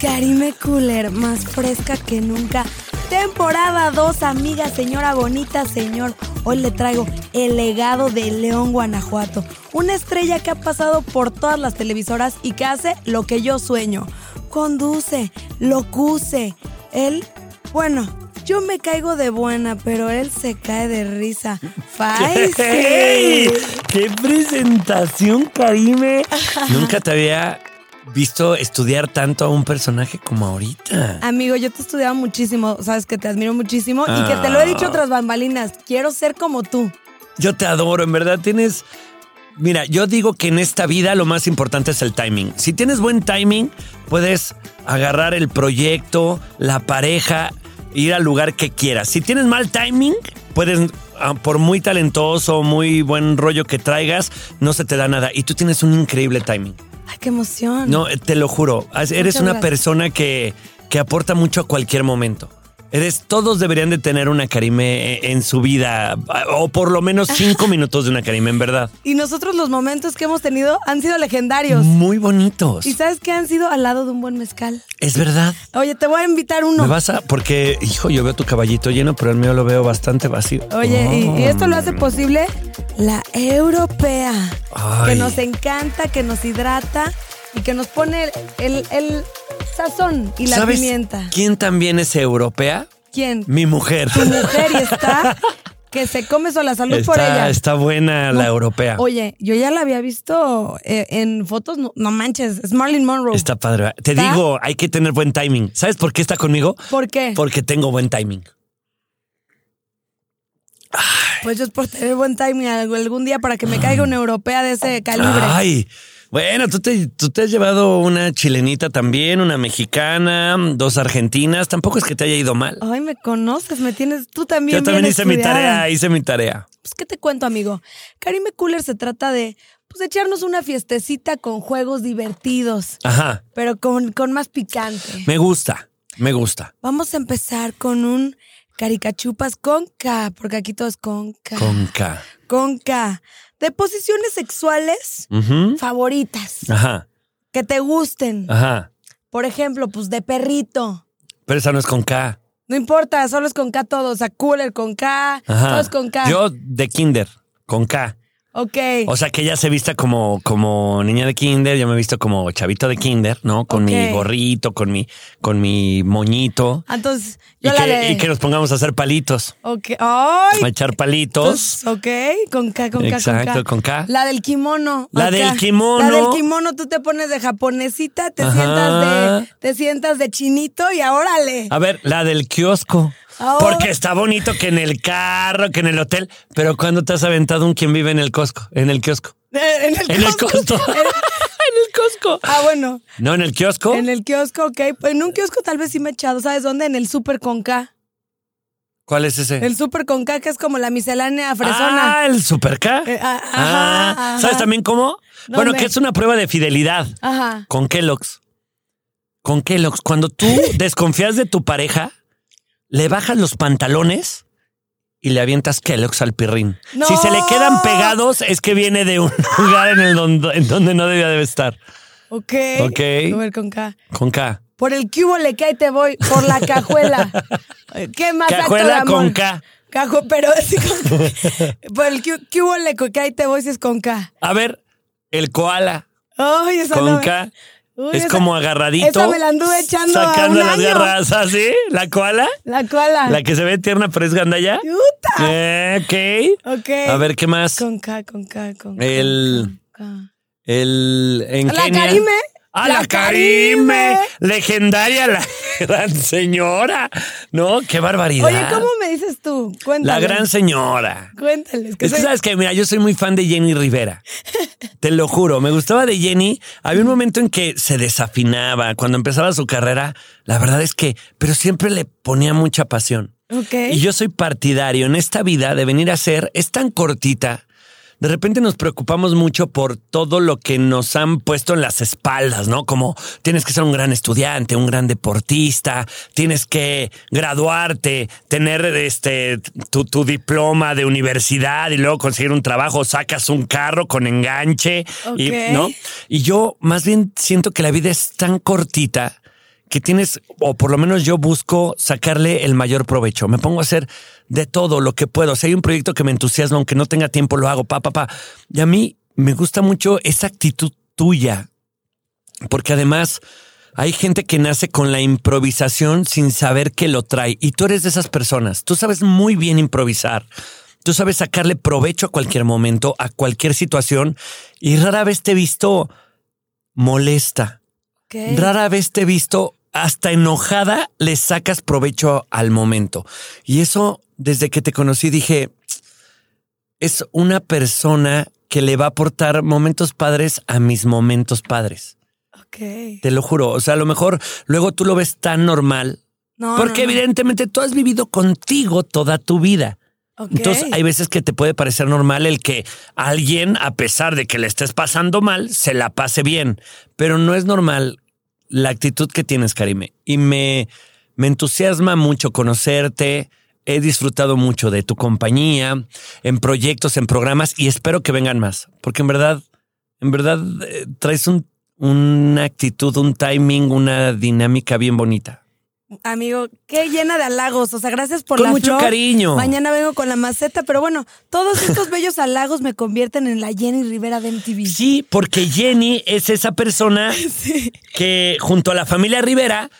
Karime Cooler, más fresca que nunca. Temporada 2, amiga, señora bonita, señor. Hoy le traigo el legado de León Guanajuato, una estrella que ha pasado por todas las televisoras y que hace lo que yo sueño. Conduce, locuce. Él, bueno, yo me caigo de buena, pero él se cae de risa. ¡Ey! ¡Faisy! ¡Qué presentación, Karime! Nunca te había visto estudiar tanto a un personaje como ahorita. Amigo, yo te estudiaba muchísimo, sabes que te admiro muchísimo y que Ah. te lo he dicho tras bambalinas, quiero ser como tú. Yo te adoro, en verdad tienes... Mira, yo digo que en esta vida lo más importante es el timing. Si tienes buen timing, puedes agarrar el proyecto, la pareja, ir al lugar que quieras. Si tienes mal timing, puedes, ah, por muy talentoso, muy buen rollo que traigas, no se te da nada. Y tú tienes un increíble timing. Ay, qué emoción. No, eh, te lo juro. As- Eres Muchas una gracias. persona que, que aporta mucho a cualquier momento. Eres, todos deberían de tener una Karime eh, en su vida, ah, o por lo menos cinco minutos de una Karime, en verdad. Y nosotros los momentos que hemos tenido han sido legendarios. Muy bonitos. ¿Y sabes qué han sido al lado de un buen mezcal? Es verdad. Oye, te voy a invitar uno. Me vas a, porque, hijo, yo veo tu caballito lleno, pero el mío lo veo bastante vacío. Oye, y- Oh. y, esto lo hace posible la europea, Ay. que nos encanta, que nos hidrata y que nos pone el, el- el sazón y la ¿Sabes pimienta. ¿Quién también es europea? ¿Quién? Mi mujer. Tu mujer y está que se come sola. Salud por Está, ella. está buena la No. europea. Oye, yo ya la había visto eh, en fotos, no, no manches, es Marilyn Monroe. Está padre. ¿verdad? Te ¿Está? digo, hay que tener buen timing. ¿Sabes por qué está conmigo? ¿Por qué? Porque tengo buen timing. Pues yo es por tener buen timing algo- algún día para que me caiga una europea de ese calibre. Ah, Ay, bueno, tú te, tú te has llevado una chilenita también, una mexicana, dos argentinas. Tampoco es que te haya ido mal. Ay, me conoces, me tienes tú también. Yo también Oh, bien hice mi estudiada. tarea, hice mi tarea. Pues, ¿qué te cuento, amigo? Karime Cooler se trata de pues, echarnos una fiestecita con juegos divertidos, Ajá, pero con, con más picante. me gusta, me gusta. Vamos a empezar con un caricachupas con K, porque aquí todo es con K. Con K. Con K. De posiciones sexuales Ujú. favoritas, Ajá, que te gusten. ajá. Por ejemplo, pues de perrito. Pero esa no es con K. No importa, solo es con K todo. O sea, cooler con K, Ajá. todos con K. Yo de kinder, con K. ok. O sea, que ella se vista como, como niña de kinder, yo me he visto como chavito de kinder, ¿no? Con Ok. mi gorrito, con mi, con mi moñito. Entonces, Y yo la que, de... y que nos pongamos a hacer palitos. Ok. ¡Ay! A echar palitos. Entonces, ok, con K, con K, Exacto, con K. La del kimono. La acá. del La kimono. del kimono, tú te pones de japonesita, te Ajá. sientas de, te sientas de chinito y órale. A ver, la del kiosco. Ahora- Ah, Porque está bonito que en el carro, que en el hotel. Pero cuando te has aventado un quien vive en el kiosco? En el kiosco. Eh, En el, En el kiosco. Costco. En- Ah, bueno. No, en el kiosco. En el kiosco, ok. Pues en un kiosco tal vez sí me he echado. ¿Sabes dónde? En el super con K. ¿Cuál es ese? El super con K, que es como la miscelánea fresona. Mm. Ah, el super K. Eh, ah, ajá, Ah, ajá. ¿Sabes también cómo? Bueno, ¿Dónde? que es una prueba de fidelidad. Ajá. Con Kellogg's. Con Kellogg's. Cuando tú desconfías de tu pareja, le bajas los pantalones y le avientas Kellogg's al pirrín. ¡No! Si se le quedan pegados, es que viene de un lugar en, el donde, en donde no debía de estar. Ok. Ok. Super con K. Con K. Por el cubo le cae te voy, por la cajuela. ¿Qué más acto de Cajuela amor? con K. Cajo, pero sí con Por el cu- cubo le co- cae te voy si es con K. A ver, el koala Ay, esa no con me- K. Uy, es esa- como agarradito. esa me la anduve echando Sacando a un las año. Ah. garras así. ¿La koala? La cola. La que se ve tierna pero es gandalla. Yuta. Eh, ok. Ok. A ver, ¿qué más? Con K, con K, con K. El- con K. El. En La Kenia. Karime. ¡Ah, La la, Karime! Karime. Legendaria, la gran señora. No, qué barbaridad. Oye, ¿cómo me dices tú? La Cuéntales. gran señora. Cuéntales. Que Es que soy- sabes que, mira, yo soy muy fan de Jenny Rivera. Te lo juro, me gustaba de Jenny. Había un momento en que se desafinaba. Cuando empezaba su carrera, la verdad es que, pero siempre le ponía mucha pasión. Ok. Y yo soy partidario en esta vida de venir a ser, es tan cortita. De repente nos preocupamos mucho por todo lo que nos han puesto en las espaldas, ¿no? Como tienes que ser un gran estudiante, un gran deportista, tienes que graduarte, tener este tu, tu diploma de universidad y luego conseguir un trabajo, sacas un carro con enganche, y, Ok. ¿no? Y yo más bien siento que la vida es tan cortita que tienes, o por lo menos yo busco sacarle el mayor provecho. Me pongo a hacer de todo lo que puedo. Si hay un proyecto que me entusiasma, aunque no tenga tiempo, lo hago, pa, pa, pa. Y a mí me gusta mucho esa actitud tuya, porque además hay gente que nace con la improvisación sin saber que lo trae. Y tú eres de esas personas. Tú sabes muy bien improvisar. Tú sabes sacarle provecho a cualquier momento, a cualquier situación. Y rara vez te he visto molesta. Ok. Rara vez te he visto hasta enojada, le sacas provecho al momento. Y eso, desde que te conocí, dije, es una persona que le va a aportar momentos padres a mis momentos padres. Ok. Te lo juro. O sea, a lo mejor luego tú lo ves tan normal, No, porque no, no. evidentemente tú has vivido contigo toda tu vida. Ok. Entonces hay veces que te puede parecer normal el que alguien, a pesar de que le estés pasando mal, se la pase bien. Pero no es normal la actitud que tienes, Karime. Y me, me entusiasma mucho conocerte. He disfrutado mucho de tu compañía, en proyectos, en programas, y espero que vengan más. Porque en verdad, en verdad eh, traes un- una actitud, un timing, una dinámica bien bonita. Amigo, qué llena de halagos. O sea, gracias por Con la mucho flor. cariño. Mañana vengo con la maceta, pero bueno, todos estos bellos halagos me convierten en la Jenny Rivera de MTV. Sí, porque Jenny es esa persona que junto a la familia Rivera,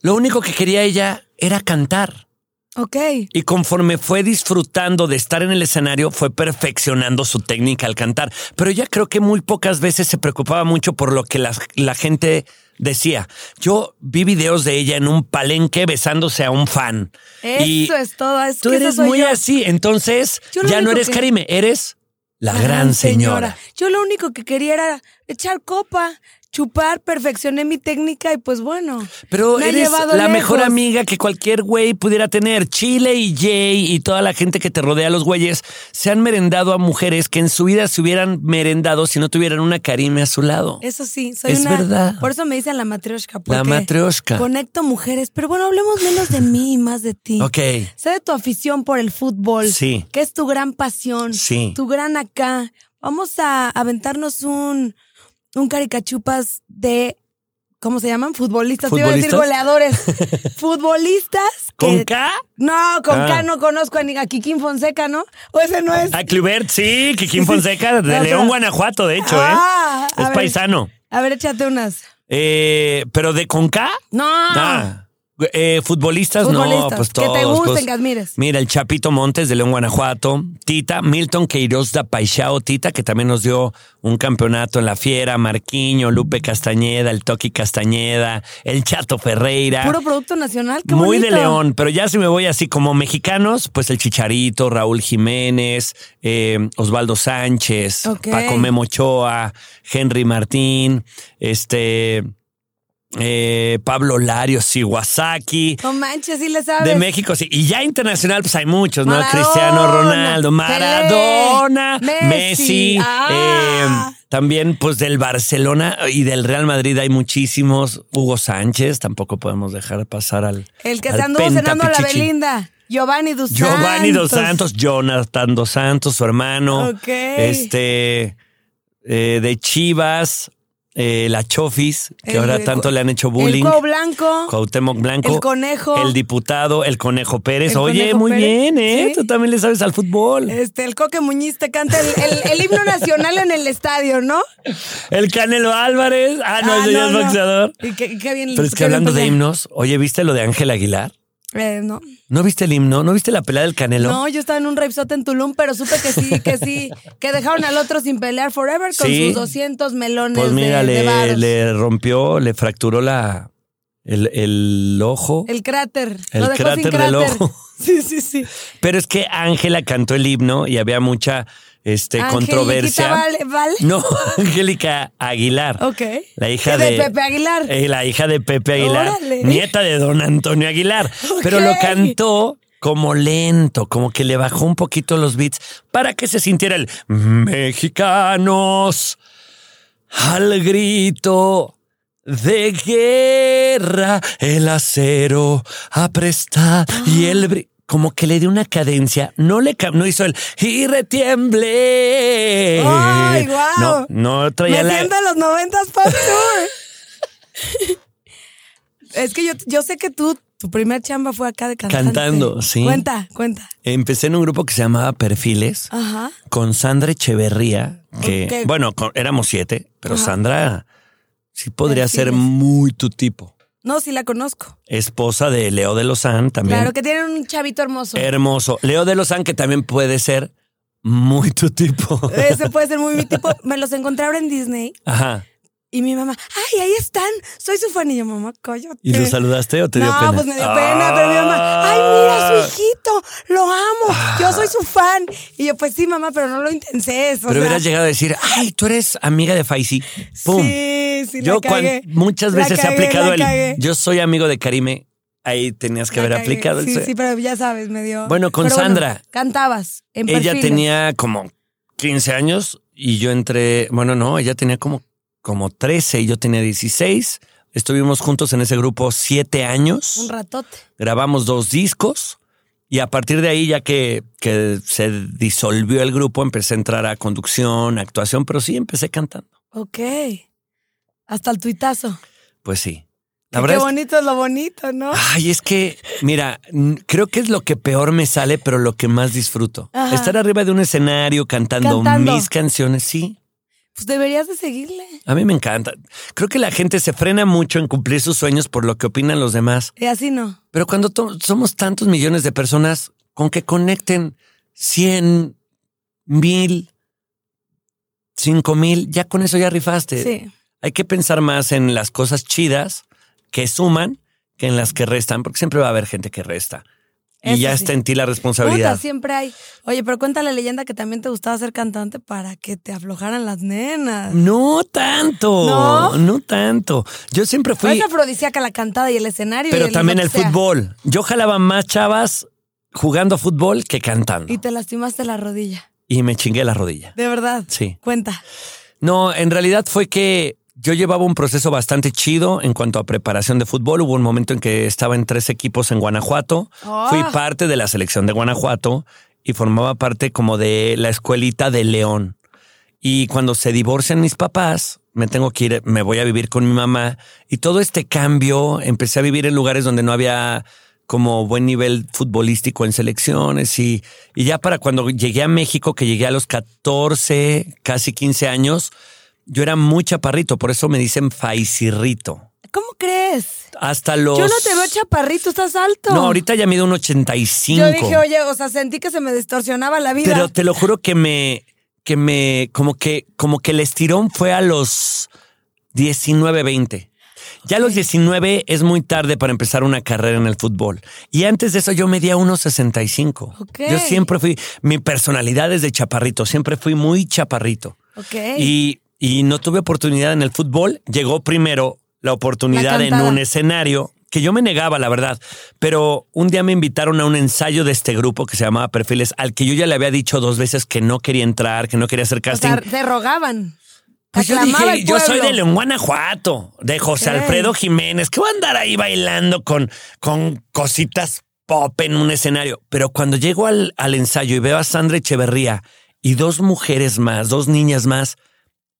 lo único que quería ella era cantar. Ok. Y conforme fue disfrutando de estar en el escenario, fue perfeccionando su técnica al cantar. Pero ella creo que muy pocas veces se preocupaba mucho por lo que la, la gente decía. Yo vi videos de ella en un palenque besándose a un fan. Y Eso es todo. Es Tú que eso eres soy muy yo. así. Entonces, Yo lo ya no único eres que- Karime, eres la, gran, señora. Yo lo único que quería era echar copa, chupar, perfeccioné mi técnica y pues bueno. Pero me ha eres la llevado lejos. mejor amiga que cualquier güey pudiera tener. Chile y Jay y toda la gente que te rodea, los güeyes, se han merendado a mujeres que en su vida se hubieran merendado si no tuvieran una Karime a su lado. Eso sí, soy Es una. verdad. Por eso me dicen la matrioshka. La porque matrioshka. Conecto mujeres, pero bueno, hablemos menos de mí y más de ti. Ok. Sé de tu afición por el fútbol. Sí. Que es tu gran pasión. Sí. Tu gran acá. Vamos a aventarnos un, un caricachupas de. ¿Cómo se llaman? Futbolistas. Te iba a decir ¿Futbolistas? goleadores. Futbolistas. que- ¿Con K? No, con Ah. K no conozco a, ni a Kikín Fonseca, ¿no? O ese no es. A Ah, Clubert, sí, Kikín Fonseca, de No, León, pero- Guanajuato, de hecho, ¿eh? Ah, a Es ver. paisano. A ver, échate unas. Eh, pero de con K? No. Ah. Eh, futbolistas, no, Futbolistas, pues que todos. te gusten, pues, que admires. Mira, el Chapito Montes de León, Guanajuato. Tita, Milton Queiroz da Paixao, Tita, que también nos dio un campeonato en La Fiera. Marquiño, Lupe Castañeda, el Toqui Castañeda, el Chato Ferreira. Puro producto nacional, qué Muy de bonito. León, pero ya si me voy así como mexicanos, pues el Chicharito, Raúl Jiménez, eh, Osvaldo Sánchez, Ok. Paco Memochoa, Henry Martín, este eh, Pablo Lario, Siwasaki. No manches, sí le sabes. De México, sí. Y ya internacional, pues hay muchos, ¿no? Maradona, Cristiano Ronaldo, Pelé, Maradona, Messi, Messi. ah. eh, también, pues del Barcelona y del Real Madrid hay muchísimos. Hugo Sánchez, tampoco podemos dejar pasar al. El que al se anduvo cenando a la pentapichichi. Belinda. Giovanni dos Giovanni Santos. dos Santos, Jonathan dos Santos, su hermano. Ok. Este. eh, de Chivas, eh, la Chofis, que El- ahora el- tanto le han hecho El bullying. Cuau Blanco. Cuauhtémoc Blanco. El Conejo. El diputado, el Conejo Pérez. El Oye, Conejo muy Pérez, bien, ¿eh? sí. Tú también le sabes al fútbol. Este, el Coque Muñiz te canta el, el- el himno nacional en el estadio, ¿no? El Canelo Álvarez. Ah, no, Ah, ese ya es boxeador. Y qué, y qué bien. Pero es qué que bien hablando de pelea. himnos, oye, ¿viste lo de Ángel Aguilar? Eh, no. ¿No viste el himno? ¿No viste la pelea del Canelo? No, yo estaba en un rapsote en Tulum, pero supe que sí, que sí, que dejaron al otro sin pelear forever con Sí. sus 200 melones pues mira, de, de le, varos. le rompió, le fracturó la el, el ojo. El cráter. El lo dejó sin cráter del ojo. Sí, sí, sí. Pero es que Ángela cantó el himno y había mucha este, Angeliquita controversia. Vale, vale. No, Angélica Aguilar. Ok. La hija Que de, Oh, de Pepe Aguilar. Eh, la hija de Pepe Aguilar. Órale. Nieta de don Antonio Aguilar. Ok. Pero lo cantó como lento, como que le bajó un poquito los beats para que se sintiera el mexicanos al grito. De guerra, el acero apresta y Ah. el bri- como que le dio una cadencia, no le ca- no hizo el y retiemble. ¡Ay, guau! No, no traía la Metiendo los 90s Pop Tour. Es que yo, yo sé que tú, tu primer chamba fue acá de cantante. Cantando, sí. Cuenta, cuenta. Empecé en un grupo que se llamaba Perfiles Ajá. con Sandra Echeverría, que, Ok. bueno, con- éramos siete, pero Ajá. Sandra sí podría ser Perfiles. muy tu tipo. No, sí la conozco. Esposa de Leo de Lozán también. Claro que tienen un chavito hermoso. Hermoso. Leo de Lozán, que también puede ser muy tu tipo. Ese puede ser muy mi tipo. Me los encontré ahora en Disney Ajá. y mi mamá, ay, ahí están, soy su fan. Y yo, mamá, coño. ¿Y lo saludaste o te dio Eh, no, pena? Ah. pues me dio pena, pero mi mamá, ay, mira a su hijito, lo amo, yo soy su fan. Y yo, pues sí, mamá, pero no lo intenté. o Pero sea, hubieras llegado a decir, ay, tú eres amiga de Faisy. Pum. Sí, sí, yo la cagué. cuan- muchas La veces he cagué, aplicado la el cagué. yo soy amigo de Karime. Ahí tenías que La haber cagué. aplicado el Sí, ser. sí, pero ya sabes, me dio. Bueno, con Pero Sandra. cantabas. En Ella perfiles. tenía como 15 años y yo entré, bueno, no, ella tenía como, como 13 y yo tenía 16. Estuvimos juntos en ese grupo siete años. Un ratote. grabamos dos discos y a partir de ahí, ya que, que se disolvió el grupo, empecé a entrar a conducción, a actuación, pero sí empecé cantando. Ok. Hasta el tuitazo. Pues sí. La Qué verdad es- bonito es lo bonito, ¿no? Ay, es que, mira, n- creo que es lo que peor me sale, pero lo que más disfruto. Ajá. Estar arriba de un escenario cantando, Cantando. mis canciones, sí. Pues deberías de seguirle. A mí me encanta. Creo que la gente se frena mucho en cumplir sus sueños por lo que opinan los demás. Y así no. Pero cuando to- somos tantos millones de personas, con que conecten 100, 1000, 5000, ya con eso ya rifaste. Sí. Hay que pensar más en las cosas chidas que suman que en las que restan, porque siempre va a haber gente que resta. Y Eso ya sí. está en ti la Puta, responsabilidad. siempre hay. Oye, pero cuenta la leyenda que también te gustaba ser cantante para que te aflojaran las nenas. No tanto, ¿No? ¿No? tanto. Yo siempre Fue fui, Es afrodisíaca la cantada y el escenario. y pero el- también lo que el sea. fútbol. Yo jalaba más chavas jugando fútbol que cantando. Y te lastimaste la rodilla. y me chingué la rodilla. De verdad. Sí. Cuenta. No, en realidad fue que yo llevaba un proceso bastante chido en cuanto a preparación de fútbol. Hubo un momento en que estaba en tres equipos en Guanajuato. Ah. Fui parte de la selección de Guanajuato y formaba parte como de la escuelita de León. Y cuando se divorcian mis papás, me tengo que ir, me voy a vivir con mi mamá. Y todo este cambio, empecé a vivir en lugares donde no había como buen nivel futbolístico en selecciones. Y, y ya para cuando llegué a México, que llegué a los 14, casi 15 años, yo era muy chaparrito, por eso me dicen faicirrito. ¿Cómo crees? Hasta los... Yo no te veo chaparrito, estás alto. No, ahorita ya mido un 85. Yo dije, oye, o sea, sentí que se me distorsionaba la vida. Pero te lo juro que me, que me, como que, como que el estirón fue a los 19, 20. Ya a los 19 es muy tarde para empezar una carrera en el fútbol. Y antes de eso yo medía 1,65. Ok. Yo siempre fui, mi personalidad es de chaparrito, siempre fui muy chaparrito. ok. Y, y no tuve oportunidad en el fútbol. Llegó primero la oportunidad La en cantada. un escenario que yo me negaba, la verdad. Pero un día me invitaron a un ensayo de este grupo que se llamaba Perfiles, al que yo ya le había dicho dos veces que no quería entrar, que no quería hacer o casting. sea, te rogaban. Te Pues yo aclamaba dije, el yo soy pueblo. de León, Guanajuato, de José Ok. Alfredo Jiménez, que voy a andar ahí bailando con, con cositas pop en un escenario. Pero cuando llego al, al ensayo y veo a Sandra Echeverría y dos mujeres más, dos niñas más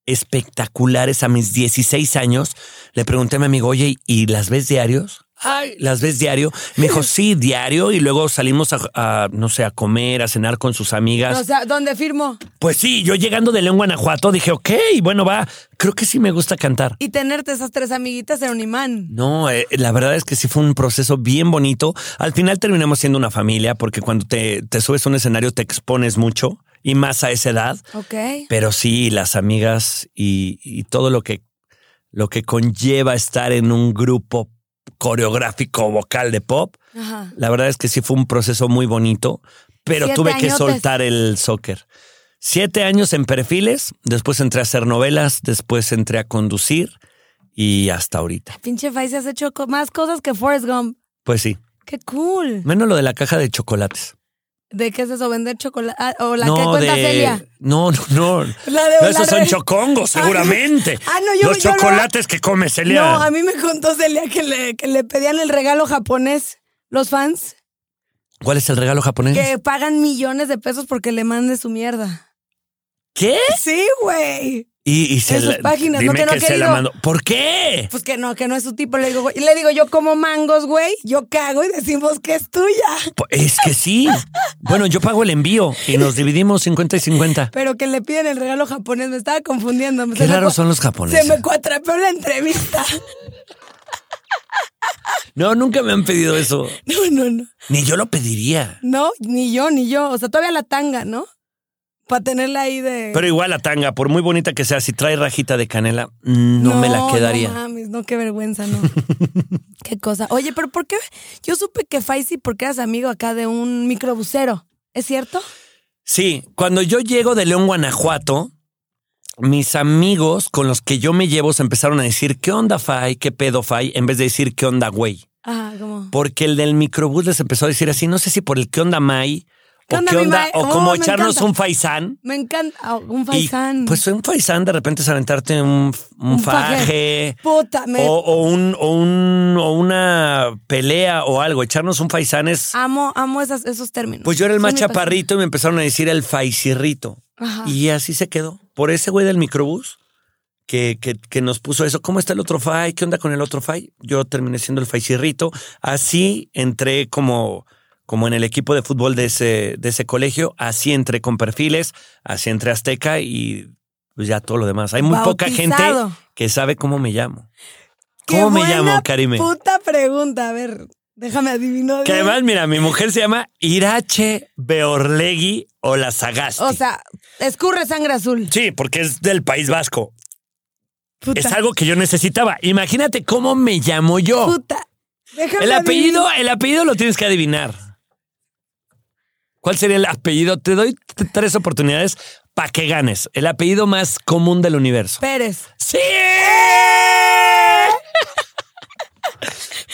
espectaculares a mis 16 años, le pregunté a mi amigo, oye, ¿y las ves diarios? Ay, ¿las ves diario? Me dijo, sí, diario. Y luego salimos a, a, no sé, a comer, a cenar con sus amigas. O sea, ¿dónde firmo? Pues sí, yo llegando de León, Guanajuato, dije, ok, bueno, va, creo que sí me gusta cantar. Y tenerte esas tres amiguitas era un imán. No, eh, la verdad es que sí fue un proceso bien bonito. Al final terminamos siendo una familia porque cuando te, te subes a un escenario te expones mucho y más a esa edad. Ok. Pero sí, las amigas y, y todo lo que, lo que conlleva estar en un grupo coreográfico vocal de pop, Ajá. la verdad es que sí fue un proceso muy bonito, pero Siete tuve que añotes. soltar el soccer. Siete años en perfiles, después entré a hacer novelas, después entré a conducir y hasta ahorita. Pinche Faisy has hecho co- más cosas que Forrest Gump. Pues sí, Qué cool. menos lo de la caja de chocolates. ¿De qué es eso? ¿Vender chocolate? Ah, ¿O la no, que cuenta de- Celia? No, no, no. La de- No, la esos de- son chocongos, Ah, seguramente. ah, no, yo- Los yo no. chocolates que come Celia. No, a mí me contó Celia que le, que le pedían el regalo japonés los fans ¿Cuál es el regalo japonés? que pagan millones de pesos porque le mande su mierda. ¿Qué? Sí, güey. Y, y se En sus la- páginas, no, dime que no ha se la querido. mandó. ¿Por qué? Pues que no, que no es su tipo. Le digo, güey- y le digo, yo como mangos, güey, yo cago y decimos que es tuya. Po- Pues, Es que sí. Bueno, yo pago el envío y nos dividimos 50 y 50. Pero que le piden el regalo japonés, me estaba confundiendo. Qué raros son los Se japoneses. me cuatrapeó la entrevista. No, nunca me han pedido eso. No, no, no. Ni yo lo pediría. No, ni yo, ni yo. O sea, todavía la tanga, ¿no? Para tenerla ahí de. Pero igual la tanga, por muy bonita que sea, si trae rajita de canela, mm, no, me la quedaría. No mames, no, qué vergüenza, no. qué cosa. Oye, pero ¿por qué? Yo supe que Faisy, porque eras amigo acá de un microbusero. ¿Es cierto? Sí, cuando yo llego de León, Guanajuato, mis amigos con los que yo me llevo se empezaron a decir, ¿qué onda, Fay? ¿Qué pedo, Fay? En vez de decir, ¿qué onda, güey? Ah, como. Porque el del microbús les empezó a decir así, no sé si por el ¿qué onda, May? ¿Qué o onda, qué mi onda, May? o Oh, como me echarnos encanta. un faisán. Me encanta. Ah, un Y, faisán. pues un faisán de repente es aventarte un, un Un faje. faje. Puta, me- o, o un, o, un- o una pelea o algo. Echarnos un faisán es... Amo, amo esas, esos términos. Pues yo era el Son más mi pasión. chaparrito y me empezaron a decir el faisirrito. Ajá. Y así se quedó. Por ese güey del microbús que, que, que nos puso eso. ¿Cómo está el otro fai? ¿Qué onda con el otro fai? Yo terminé siendo el faisirrito. Así entré como, como en el equipo de fútbol de ese, de ese colegio. Así entré con perfiles. Así entré Azteca y pues ya todo lo demás. Hay muy poca gente Bautizado. que sabe cómo me llamo. Qué ¿Cómo me buena llamo, Karime? Puta pregunta. A ver, déjame adivinar. Que además, mira, mi mujer se llama Irache Beorlegui o la Sagasti. O sea, escurre sangre azul. sí, porque es del País Vasco. Puta. Es algo que yo necesitaba. Imagínate cómo me llamo yo. Puta. Déjame El apellido, adivinar. el apellido lo tienes que adivinar. ¿Cuál sería el apellido? Te doy t- tres oportunidades para que ganes. El apellido más común del universo. Pérez. ¡Sí!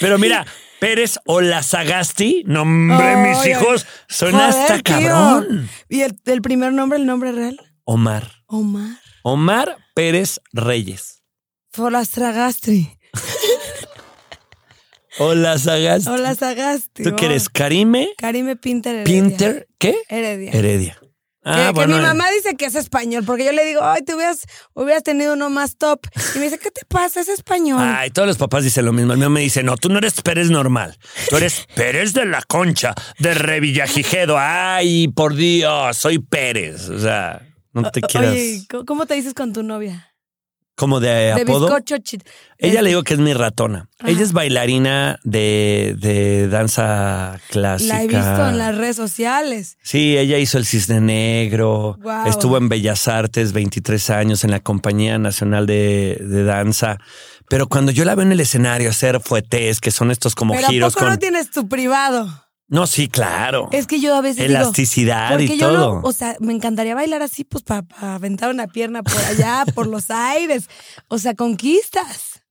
Pero mira, Pérez o la Sagasti, nombre Ay, mis ay. hijos, son Joder, hasta tío. cabrón. ¿Y el, el primer nombre, el nombre real? Omar. Omar. Omar Pérez Reyes. Folastragastri. O la Sagasti. Hola, Sagasti. Este, ¿Tú qué eres? ¿Karime? Karime Pinter Heredia. ¿Pinter? ¿Qué? Heredia. Heredia. que, Ah, que bueno. mi mamá dice que es español, porque yo le digo, ay, te hubieras, hubieras tenido uno más top. Y me dice, ¿qué te pasa? Es español. Ay, todos los papás dicen lo mismo. El mío me dice, no, tú no eres Pérez normal. Tú eres Pérez de la Concha, de Revillagigedo. Ay, por Dios, soy Pérez. O sea, no te O- quieras... Oye, ¿cómo- ¿cómo te dices con tu novia? Como de De apodo. bizcocho chit. Ella le digo que es mi ratona. Ella es bailarina de, de danza clásica. La he visto en las redes sociales. Sí, ella hizo el Cisne Negro, Guau. estuvo en Bellas Artes 23 años en la Compañía Nacional de, de Danza. Pero cuando yo la veo en el escenario hacer fuetes, que son estos como Pero ¿a giros poco con... no tienes tu privado? No, sí, claro. Es que yo a veces digo, Elasticidad porque y yo Ah, todo. no- o sea, me encantaría bailar así, pues para aventar una pierna por allá, por los aires. O sea, conquistas.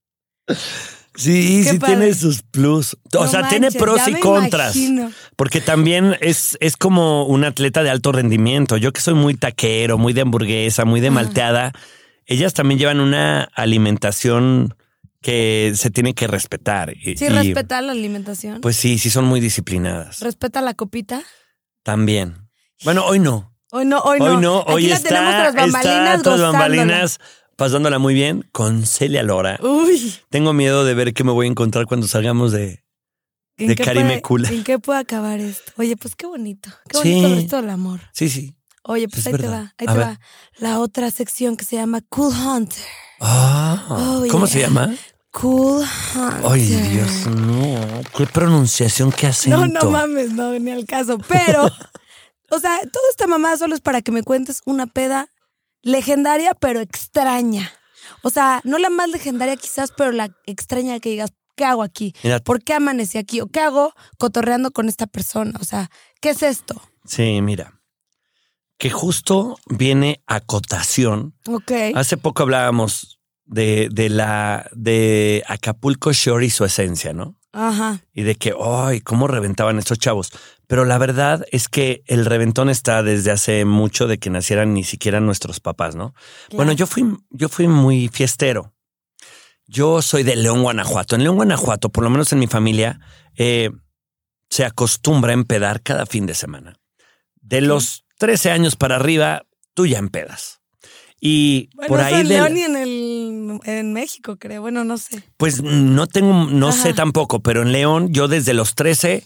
Sí, Qué sí padre. tiene sus plus. O No sea, tiene manches, pros ya y me contras. imagino. Porque también es, es como un atleta de alto rendimiento. Yo que soy muy taquero, muy de hamburguesa, muy de malteada, ellas también llevan una alimentación que se tiene que respetar. Y- Sí, y, respeta la alimentación. Pues sí, sí son muy disciplinadas. respeta la copita. También. Bueno, hoy no. Hoy no, hoy no. Hoy no, Aquí hoy la está, tenemos tras está bambalinas tras gozándola. bambalinas, pasándola muy bien con Celia Lora. Uy. Tengo miedo de ver qué me voy a encontrar cuando salgamos de... ¿en De qué Karime puede- Kula. ¿En qué puede acabar esto? Oye, pues qué bonito. Qué Sí. bonito esto del amor. Sí, sí. Oye, pues Es ahí te verdad. va, ahí A te ver. va. La otra sección que se llama Cool Hunter. Ah, Oh, ¿Cómo yeah. se llama? Cool Hunter. Ay, Dios, no. Qué pronunciación, qué No, acento. no mames, no, ni al caso. Pero, o sea, toda esta mamada solo es para que me cuentes una peda legendaria, pero extraña. O sea, no la más legendaria quizás, pero la extraña que digas, ¿qué hago aquí? Mira. ¿Por qué amanecí aquí? ¿O qué hago cotorreando con esta persona? O sea, ¿qué es esto? Sí, mira. Que justo viene acotación. Ok. Hace poco hablábamos de, de la de Acapulco Shore y su esencia, ¿no? Ajá. Y de que, ay, cómo reventaban estos chavos. Pero la verdad es que el reventón está desde hace mucho de que nacieran ni siquiera nuestros papás, ¿no? Bueno, yo fui, yo fui muy fiestero. Yo soy de León, Guanajuato. En León, Guanajuato, por lo menos en mi familia, eh, se acostumbra a empedar cada fin de semana. De los 13 años para arriba, tú ya empedas. Y Bueno, por eso ahí en del- León y en, el, en México, creo. Bueno, no sé. Pues mm, no tengo, no Ajá. sé tampoco, pero en León yo desde los 13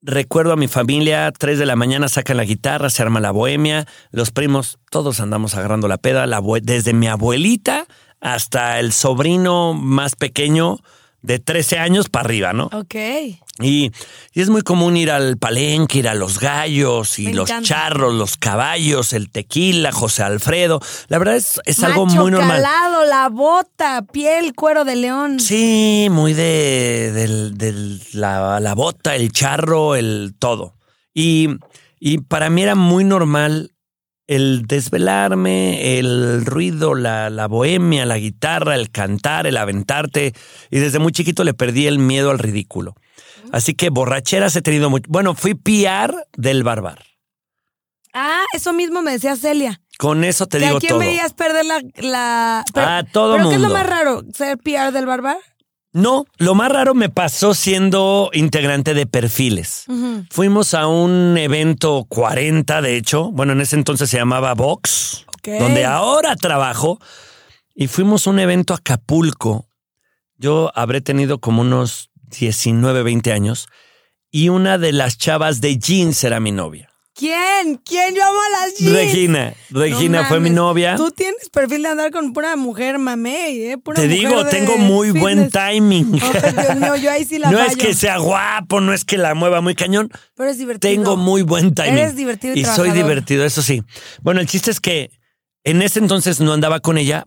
recuerdo a mi familia, 3 de la mañana sacan la guitarra, se arma la bohemia, los primos, todos andamos agarrando la peda, la abue- desde mi abuelita hasta el sobrino más pequeño de 13 años para arriba, ¿no? Ok. Y, y es muy común ir al palenque, ir a los gallos y Me los encanta. charros, los caballos, el tequila, José Alfredo. La verdad es, es algo Macho muy normal. calado, la bota, piel, cuero de león. Sí, muy de, del- del- la, la bota, el charro, el todo. Y, y para mí era muy normal el desvelarme, el ruido, la, la bohemia, la guitarra, el cantar, el aventarte. Y desde muy chiquito le perdí el miedo al ridículo. Así que borracheras he tenido mucho. Bueno, fui piar del barbar. Ah, eso mismo me decía Celia. Con eso te que digo ¿A quién todo. veías perder la... la pero, Ah, todo ¿Pero qué es lo mundo. más raro? ¿Ser PR del barbar? No, lo más raro me pasó siendo integrante de perfiles. Ujú. Fuimos a un evento 40, de hecho. Bueno, en ese entonces se llamaba Vox, Ok. donde ahora trabajo. Y fuimos a un evento a Acapulco. Yo habré tenido como unos 19, 20 años. Y una de las chavas de jeans era mi novia. ¿Quién? ¿Quién? Yo amo a las jeans. Regina. Regina No fue mi mames. novia. Tú tienes perfil de andar con pura mujer, mamey, ¿eh? Pura Te mujer digo, de tengo muy buen fitness. timing. Ay, Dios mío, yo ahí sí la no fallo. es que sea guapo, no es que la mueva muy cañón. Pero es divertido. Tengo muy buen timing. Eres divertido y soy trabajador. divertido, eso sí. Bueno, el chiste es que en ese entonces no andaba con ella,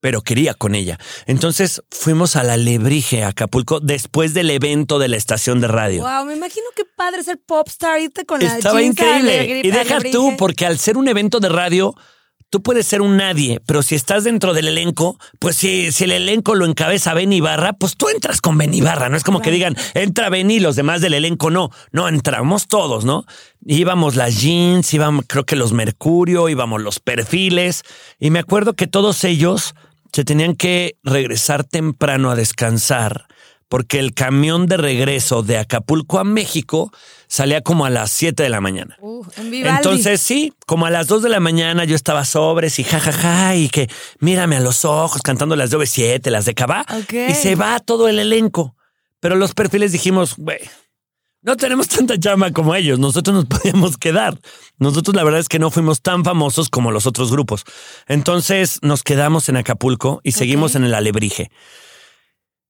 pero quería con ella. Entonces fuimos a la Lebrige, a Acapulco, después del evento de la estación de radio. Wow, me imagino qué padre ser popstar, irte con la Estaba jeans a increíble. alegri- Y deja alebrije. tú, porque al ser un evento de radio, tú puedes ser un nadie, pero si estás dentro del elenco, pues si, si el elenco lo encabeza Ben Ibarra, pues tú entras con Ben Ibarra. No es como que digan, entra Ben y los demás del elenco no. No, entramos todos, ¿no? Íbamos las jeans, íbamos, creo que los Mercurio, íbamos los perfiles. Y me acuerdo que todos ellos se tenían que regresar temprano a descansar porque el camión de regreso de Acapulco a México salía como a las 7 de la mañana. Uh, en Vivaldi. Entonces sí, como a las 2 de la mañana yo estaba sobres y jajaja y que mírame a los ojos cantando las de OV7, las de Cabá Ok. y se va todo el elenco. Pero los perfiles dijimos, güey, no tenemos tanta llama como ellos, nosotros nos podíamos quedar. Nosotros la verdad es que no fuimos tan famosos como los otros grupos. Entonces nos quedamos en Acapulco y seguimos en el alebrije.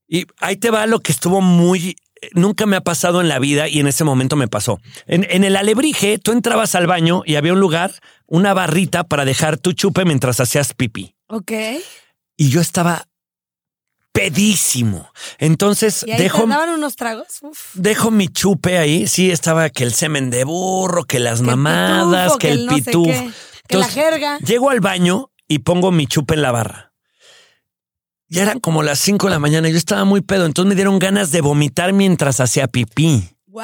Y ahí te va lo que estuvo muy... Nunca me ha pasado en la vida y en ese momento me pasó. En, en el alebrije, tú entrabas al baño y había un lugar, una barrita para dejar tu chupe mientras hacías pipí. Ok. Y yo estaba pedísimo. Entonces, Y ahí dejo... te daban unos tragos. Uf. Dejo mi chupe ahí. Sí, estaba que el semen de burro, que las Que el mamadas, pitufo, que el no sé pitufo. qué, que la Entonces, jerga. Llego al baño y pongo mi chupe en la barra. Ya eran como las 5 de la mañana. Yo estaba muy pedo. Entonces me dieron ganas de vomitar mientras hacía pipí. Wow.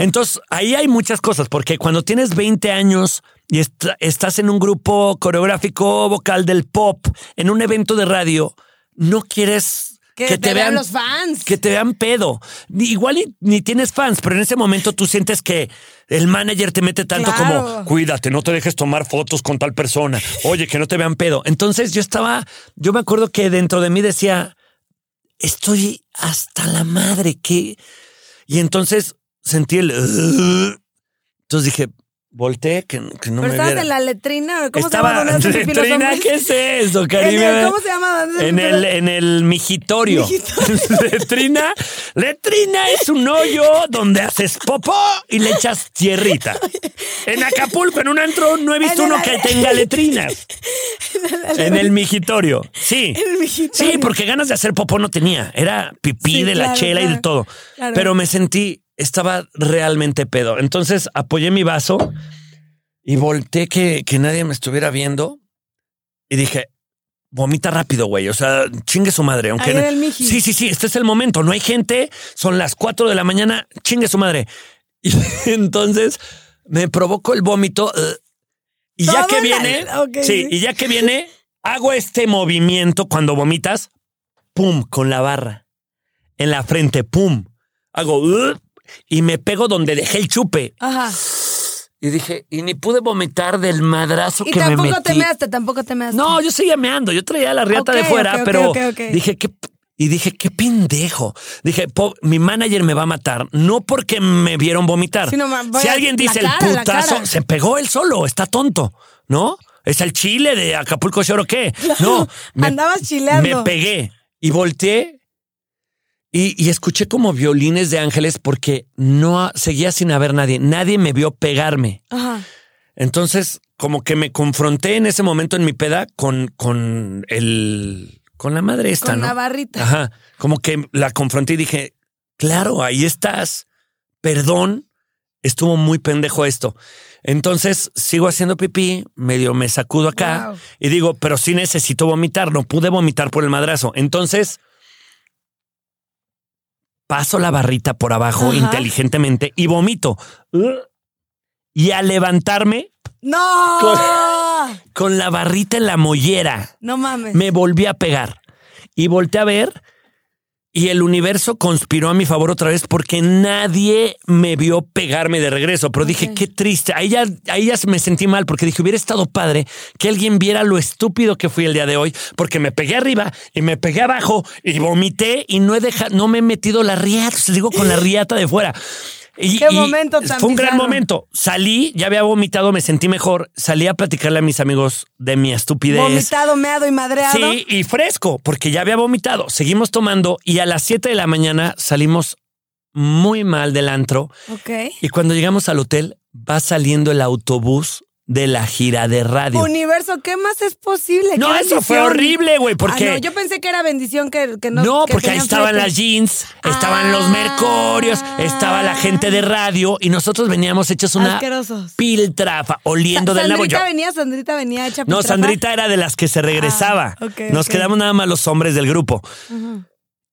Entonces, ahí hay muchas cosas, porque cuando tienes 20 años y est- estás en un grupo coreográfico vocal del pop, en un evento de radio, no quieres Que que, te vean los fans. Que te vean pedo. Ni- Igual ni, ni tienes fans, pero en ese momento tú sientes que el manager te mete tanto Claro. como, cuídate, no te dejes tomar fotos con tal persona. Oye, que no te vean pedo. Entonces yo estaba, yo me acuerdo que dentro de mí decía, estoy hasta la madre, que... Y entonces sentí el... "Ugh". Entonces dije, volteé, que, que Pero no me estabas viera. en la letrina. ¿Cómo Estaba se llama? ¿Dónde hacen pipí los letrina, hombres? ¿qué es eso, ¿En cariño? el- ¿Cómo se llama? ¿Dónde hacen En pipí los- el, en el mijitorio. letrina. Letrina es un hoyo donde haces popó y le echas tierrita. En Acapulco, en un antro, no he visto En el uno que ale- tenga letrinas. En el mijitorio. Sí. El mijitorio. Sí, porque ganas de hacer popó no tenía. Era pipí Sí, de la claro, chela y de claro. todo. Claro. Pero me sentí, estaba realmente pedo. Entonces apoyé mi vaso y volteé que, que nadie me estuviera viendo y dije, vomita rápido, güey. O sea, chingue su madre. Aunque Ahí era el Miji. Sí, sí, sí, este es el momento. No hay gente, son las 4 de la mañana, chingue su madre. Y entonces me provocó el vómito. eh, Y ya Todo que en la- viene, ok, sí, sí. y ya que viene, hago este movimiento cuando vomitas, pum, con la barra. En la uh, frente, pum. Hago, eh, y me pego donde dejé el chupe. Ajá. Y dije, y ni pude vomitar del madrazo Y que me tampoco metí. te measte, tampoco te measte. No, yo seguía meando, yo traía la riata Ok, de fuera, ok, ok, pero ok, ok. dije que y dije, qué pendejo. Dije, po- mi manager me va a matar, no porque me vieron vomitar. Sino ma- si vaya, la alguien dice cara, el la putazo, cara. se pegó él solo, está tonto, ¿no? Es el chile de Acapulco Shore o qué. No, andabas chileando. Me pegué y volteé y, y escuché como violines de ángeles porque no ha- seguía sin haber nadie. Nadie me vio pegarme. Ajá. Entonces, como que me confronté en ese momento en mi peda con, con el. con la madre esta, Con ¿no? la barrita. Ajá. Como que la confronté y dije, claro, ahí estás. Perdón, estuvo muy pendejo esto. Entonces sigo haciendo pipí, medio me sacudo acá Wow. y digo, pero sí necesito vomitar, no pude vomitar por el madrazo. Entonces paso la barrita por abajo Ajá. inteligentemente y vomito. Y al levantarme ¡No! con la barrita en la mollera No mames. me volví a pegar y volteé a ver y el universo conspiró a mi favor otra vez porque nadie me vio pegarme de regreso. Pero dije, Ok. qué triste. Ahí ya, ahí ya me sentí mal porque dije, hubiera estado padre que alguien viera lo estúpido que fui el día de hoy porque me pegué arriba y me pegué abajo y vomité y no he dejado, no me he metido la riata, les digo, con la riata de fuera. Y- Qué y momento tan Fue un gran bizarro. momento. Salí, ya había vomitado, me sentí mejor. Salí a platicarle a mis amigos de mi estupidez. Vomitado, meado y madreado. Sí, y fresco, porque ya había vomitado. Seguimos tomando y a las 7 de la mañana salimos muy mal del antro. Ok. Y cuando llegamos al hotel, va saliendo el autobús de la gira de radio. Universo, ¿qué más es posible? No, ¡Qué eso fue bendición! horrible, güey, porque- Ah, no, yo pensé que era bendición que, que no. No, que porque ahí tenían Ah. estaban flete. las jeans, estaban los mercurios, estaba la gente de radio y nosotros veníamos hechos una Asquerosos. piltrafa, oliendo Sa- del nabo. Sandrita Yo- venía, Sandrita venía hecha No, pitrafa. Sandrita era de las que se regresaba. Ah, ok, Nos ok. quedamos nada más los hombres del grupo. Ujú.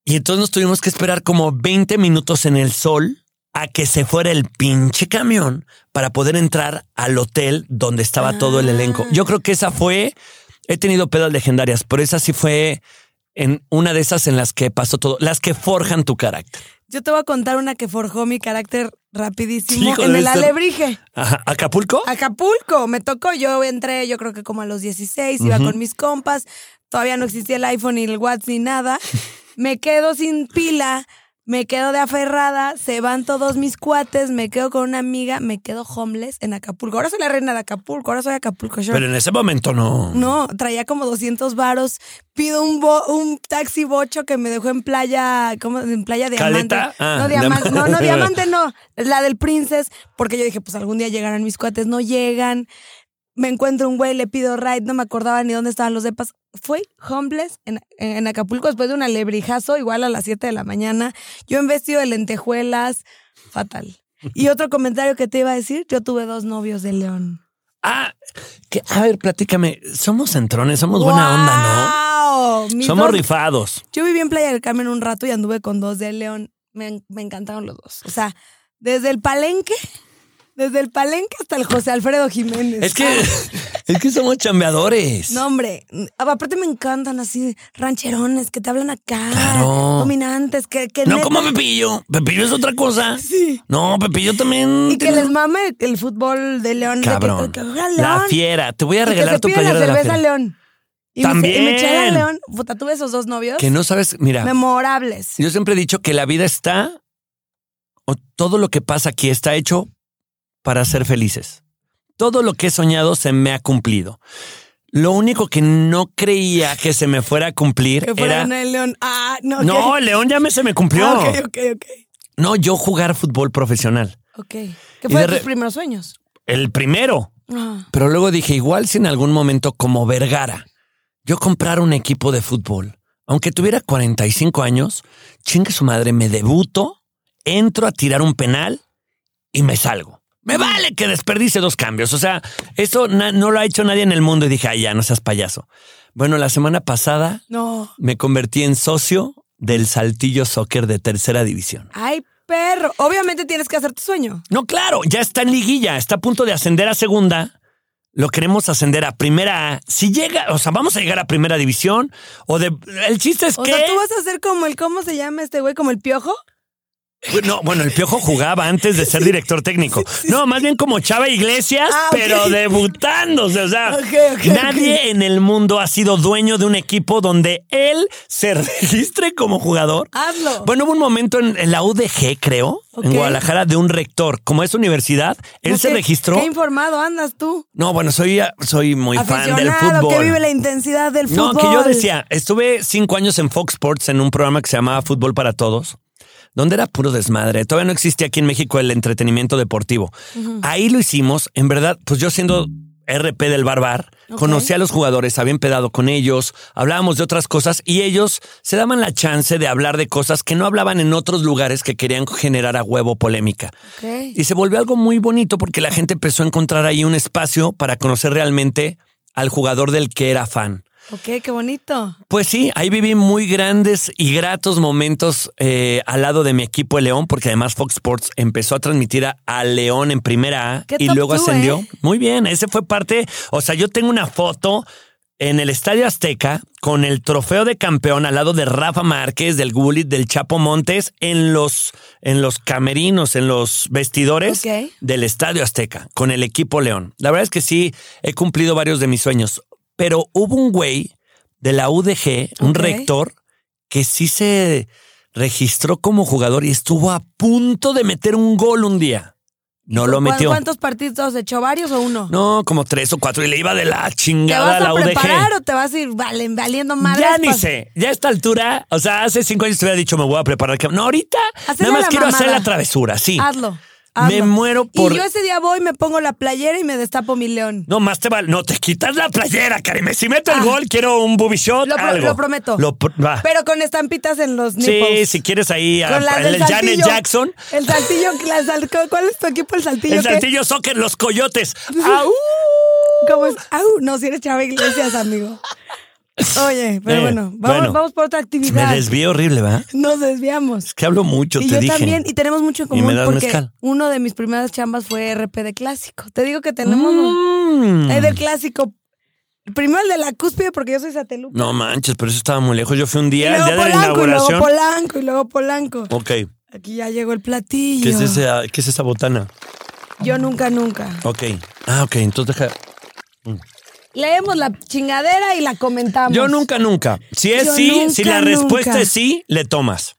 Y entonces nos tuvimos que esperar como 20 minutos en el sol a que se fuera el pinche camión para poder entrar al hotel donde estaba todo el elenco. Yo creo que esa fue, he tenido pedas legendarias, pero esa sí fue en una de esas en las que pasó todo, las que forjan tu carácter. Yo te voy a contar una que forjó mi carácter rapidísimo Hijo en de el ser- alebrije. Ajá. ¿Acapulco? Acapulco, me tocó. Yo entré, yo creo que como a los 16, iba con mis compas. Todavía no existía el iPhone ni el WhatsApp ni nada. Me quedo sin pila, me quedo de aferrada, se van todos mis cuates, me quedo con una amiga, me quedo homeless en Acapulco. Ahora soy la reina de Acapulco, ahora soy Acapulco. Shore. Pero en ese momento no. No, traía como 200 varos. Pido un, bo- un taxi bocho que me dejó en playa, ¿cómo? En playa Diamante. ¿Caleta? Ah, no, Diamante, Diam- no, no, Diamante no. La del Princess, porque yo dije, pues algún día llegarán mis cuates. No llegan. Me encuentro un güey, le pido ride, no me acordaba ni dónde estaban los depas. Fui homeless en, en Acapulco después de un alebrijazo, igual a las 7 de la mañana. Yo en vestido de lentejuelas, fatal. Y otro comentario que te iba a decir, yo tuve dos novios de León. Ah, que, a ver, platícame. Somos centrones, somos buena onda, ¡Guau! ¿no? Mis Somos dos- rifados. Yo viví en Playa del Carmen un rato y anduve con dos de León. Me, en- me encantaron los dos. O sea, desde el palenque, desde el palenque hasta el José Alfredo Jiménez. Es que, es que somos chambeadores. No, hombre. Ah, Aparte me encantan así rancherones que te hablan acá. Claro. Dominantes, que, que No neta- como Pepillo. Pepillo es otra cosa. Sí. No, Pepillo también. Y que tiene- les mame el fútbol de León. de que- Mm, Cabrón. que juega La León. fiera. Te voy a Y que regalar se tu piden playera la de la cerveza fiera. León. Y Me, y me También. echaron León. Puta, tuve esos dos novios Que no sabes. Mira, memorables. yo siempre he dicho que la vida está. O todo lo que pasa aquí está hecho para ser felices. Todo lo que he soñado se me ha cumplido. Lo único que no creía que se me fuera a cumplir Que era. fueron el León. Ah, no. No, ok. el León ya me se me cumplió. Ah, ok, ok, ok. No, yo jugar fútbol profesional. Ok. Y ¿Qué fue de de tus re- primeros sueños? El primero. Ah, Pero luego dije, igual si en algún momento, como Vergara, yo comprar un equipo de fútbol, aunque tuviera 45 años, chingue su madre, me debuto, entro a tirar un penal y me salgo. Me vale que desperdice dos cambios. O sea, eso na- no lo ha hecho nadie en el mundo. Y dije, ay, ya, no seas payaso. Bueno, la semana pasada no. me convertí en socio del Saltillo Soccer de tercera división. Ay, perro. Obviamente tienes que hacer tu sueño. No, claro, ya está en liguilla, está a punto de ascender a segunda. Lo queremos ascender a primera A. Si llega, o sea, vamos a llegar a primera división o de el chiste es O que sea, tú vas a hacer como el, ¿cómo se llama este güey? ¿Como el piojo? No, bueno, el Piojo jugaba antes de ser director técnico. No, más bien como Chava Iglesias, Ah, ok. pero debutándose. O sea, Ok, ok, nadie ok. en el mundo ha sido dueño de un equipo donde él se registre como jugador. Hazlo. Bueno, hubo un momento en, en la UDG, creo, Ok. en Guadalajara, de un rector. Como es universidad, él No, se qué- registró. Qué informado andas tú. No, bueno, soy, soy muy fan del Aficionado fútbol. que vive la intensidad del fútbol. No, que yo decía, estuve cinco años en Fox Sports en un programa que se llamaba Fútbol para Todos, donde era puro desmadre. Todavía no existía aquí en México el entretenimiento deportivo. Ahí lo hicimos, en verdad, pues yo siendo RP del Barbar, Ok. conocí a los jugadores, había empedado con ellos, hablábamos de otras cosas y ellos se daban la chance de hablar de cosas que no hablaban en otros lugares que querían generar a huevo polémica. Ok. Y se volvió algo muy bonito porque la gente empezó a encontrar ahí un espacio para conocer realmente al jugador del que era fan. Ok, qué bonito. Pues sí, ahí viví muy grandes y gratos momentos eh, al lado de mi equipo de León, porque además Fox Sports empezó a transmitir a, a León en primera A Qué y top luego tú, ascendió. ¿eh? Muy bien, ese fue parte. O sea, yo tengo una foto en el Estadio Azteca con el trofeo de campeón al lado de Rafa Márquez, del Gulit, del Chapo Montes, en los, en los camerinos, en los vestidores Ok. del Estadio Azteca con el equipo León. La verdad es que sí, he cumplido varios de mis sueños, pero hubo un güey de la UDG, un Ok. rector, que sí se registró como jugador y estuvo a punto de meter un gol un día. No lo ¿Cu- metió. ¿Cuántos partidos echó? ¿Varios o uno? No, como tres o cuatro y le iba de la ¿Te chingada vas a la a preparar UDG. o te vas a ir valen- valiendo madre? ya ni sé, ya a esta altura, o sea, hace cinco años te hubiera dicho me voy a preparar. No, ahorita Hacerle nada más la quiero hacer mamada. la travesura, sí. Hazlo. Me hazlo. muero por- Y yo ese día voy, me pongo la playera y me destapo mi león. No, más te vale. No, te quitas la playera, Karim. Si meto el Ah. gol, quiero un booby shot, Lo, pro- algo. lo prometo. Lo pr- va. Pero con estampitas en los Ah. sí, nipples. si quieres ahí a, Con las el del Janet saltillo. Jackson. El saltillo, la sal- ¿cuál es tu equipo? El saltillo. El ¿qué? Ah, uh, saltillo Ah, uh. soccer, los coyotes. ¡Au! ¿Cómo es? Au, no, si eres Chava Iglesias, amigo. Oye, pero Eh, bueno, vamos, bueno. vamos por otra Me actividad. desvié horrible, ¿verdad? Nos desviamos. Es que hablo mucho, y te yo dije. también, y tenemos mucho en Y me común das porque mezcal. uno de mis primeras chambas fue RP de clásico. Te digo que tenemos Mm. el del clásico. Primero el de la cúspide porque yo soy satelupa. No manches, pero eso estaba muy lejos. Yo fui un Y día, el luego día de la Polanco, y luego inauguración. Polanco, y luego Polanco. Ok. ¿Qué Aquí ya llegó el platillo. es, esa, ¿Qué es esa botana? Yo nunca, nunca. Ok. Ah, ok. Entonces deja. Leemos la chingadera y la comentamos. Yo nunca, nunca. Si es Yo sí, si nunca, la respuesta nunca. es sí, le tomas.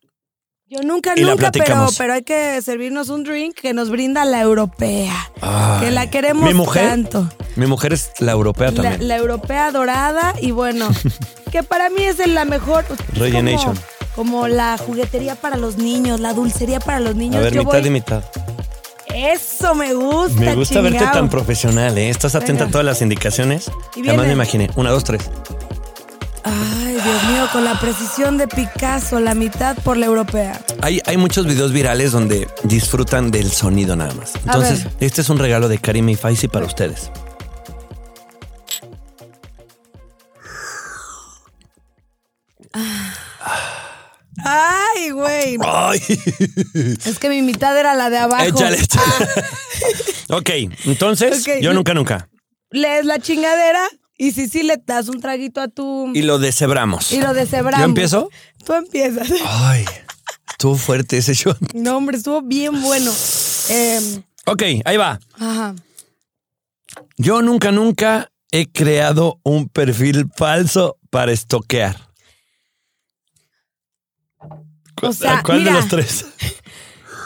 Yo nunca, Y la nunca, pero, platicamos. pero hay que servirnos un drink que nos brinda la europea. Ay, que la queremos mi mujer, tanto. Mi mujer es la europea La, también. la europea dorada y bueno, que para mí es la mejor. es Rellenation. Como, como la juguetería para los niños, la dulcería para los niños. a ver, Yo mitad voy- y mitad. Eso me gusta. Me gusta verte chingao. tan profesional, ¿eh? Estás atenta a Venga. todas las indicaciones. Y Jamás me viene. imaginé. Una, dos, tres. Ay, Dios mío, con la precisión de Picasso, la mitad por la europea. Hay, hay muchos videos virales donde disfrutan del sonido nada más. Entonces, ver. este es un regalo de Karim y Faisy para ustedes. Ay, güey. ¡Ay! Es que mi mitad era la de abajo. Échale. ok, entonces, Ok. yo nunca, nunca. lees la chingadera y si sí le das un traguito a tu Y lo deshebramos. y lo deshebramos. ¿Yo empiezo? Tú empiezas. ¡Ay! Estuvo fuerte ese shot. No, hombre, estuvo bien bueno. Eh, Ok, ahí va. ajá. Yo nunca, nunca he creado un perfil falso para estoquear. ¿Cu- O sea, ¿a ¿Cuál mira. de los tres?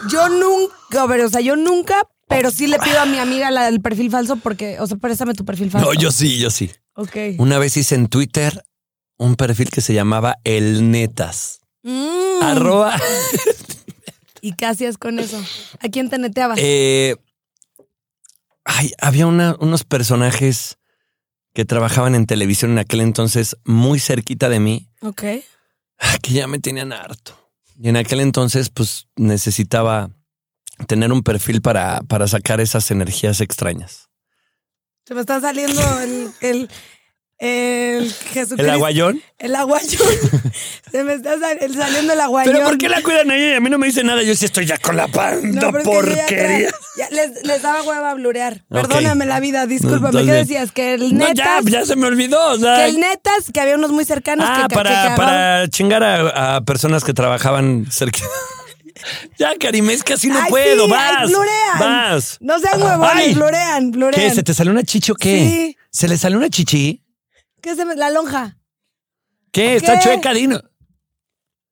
Yo nunca, a ver, o sea, yo nunca, pero sí le pido a mi amiga la del perfil falso porque, o sea, préstame tu perfil falso. No, yo sí, yo sí. Ok. Una vez hice en Twitter un perfil que se llamaba El Netas. Mm, Arroba. ¿Y qué hacías con eso? ¿A quién te neteabas? eh, ay, había una- unos personajes que trabajaban en televisión en aquel entonces muy cerquita de mí. ok. ah, que ya me tenían harto. Y en aquel entonces, pues necesitaba tener un perfil para, para sacar esas energías extrañas. Se me está saliendo el, el, el Jesucristo. ¿El aguayón? El aguayón. Se me está sal- el- saliendo el aguayón. ¿Pero por qué la cuidan a ella? A mí no me dice nada. Yo sí estoy ya con la panda No, pero es que yo ya porquería. tra- ya les, les daba hueva a blurear. Ok. Perdóname la vida, discúlpame. ¿Qué Entonces- decías? Que el No, netas. ya, ya se me olvidó. o sea, Que el netas, que había unos muy cercanos ah, que, que para, cagaban. para chingar a, a personas que trabajaban cerca. Ya, Karime, es que así no Ay, puedo. sí, vas. ay, florean. Vas. No sean huevones, Ah, Ay. florean, florean. ¿Qué? ¿Se te salió una chichi o qué? Sí. ¿Se le salió una chichi? ¿Qué se me- La lonja. ¿Qué? ¿Está ¿Qué? chueca, Dino?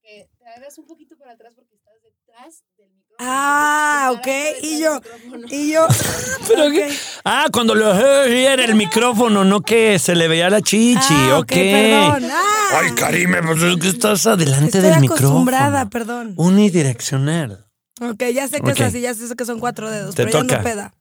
que te hagas un poquito para atrás porque estás detrás del micrófono. Ah, ok, Porque tu cara está y detrás yo- del micrófono. Y yo. ¿Pero Ok. qué? Ah, cuando lo era el micrófono, no que se le veía la chichi. Ah, ok. ok, perdón. Ah, Ay, Karime, pues es que estás adelante estoy del acostumbrada, micrófono. perdón. Unidireccional. Ok, ya sé que Ok. es así, ya sé que son cuatro dedos, Te pero ya toca. no peda.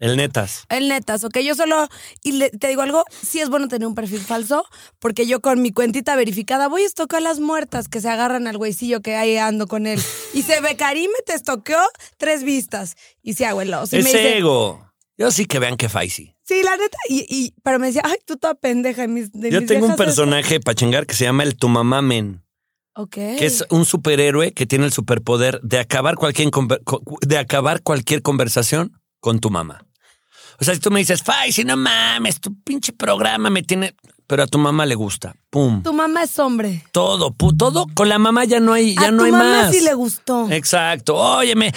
El netas. El netas, ok, yo solo, y le- te digo algo, sí es bueno tener un perfil falso, porque yo con mi cuentita verificada voy a estocar las muertas que se agarran al güeycillo que ahí ando con él. Y se ve Karime, te estoqueó tres vistas. Y sí, abuelo, sí es me dice, ego. Yo sí que vean que faisi. sí, la neta, y, y- pero me decía, ay, tú toda pendeja. y mis- de Yo mis tengo un viejas es- personaje para chingar que se llama el Tu Mamá Men. Ok. que es un superhéroe que tiene el superpoder de acabar cualquier, conver- co- de acabar cualquier conversación con tu mamá. O sea, si tú me dices, Fai, si no mames, tu pinche programa me tiene. Pero a tu mamá le gusta. Pum. Tu mamá es hombre. Todo, pu- todo. Con la mamá ya no hay, ya a no tu hay mamá más. Eh, sí le gustó. Exacto. Óyeme.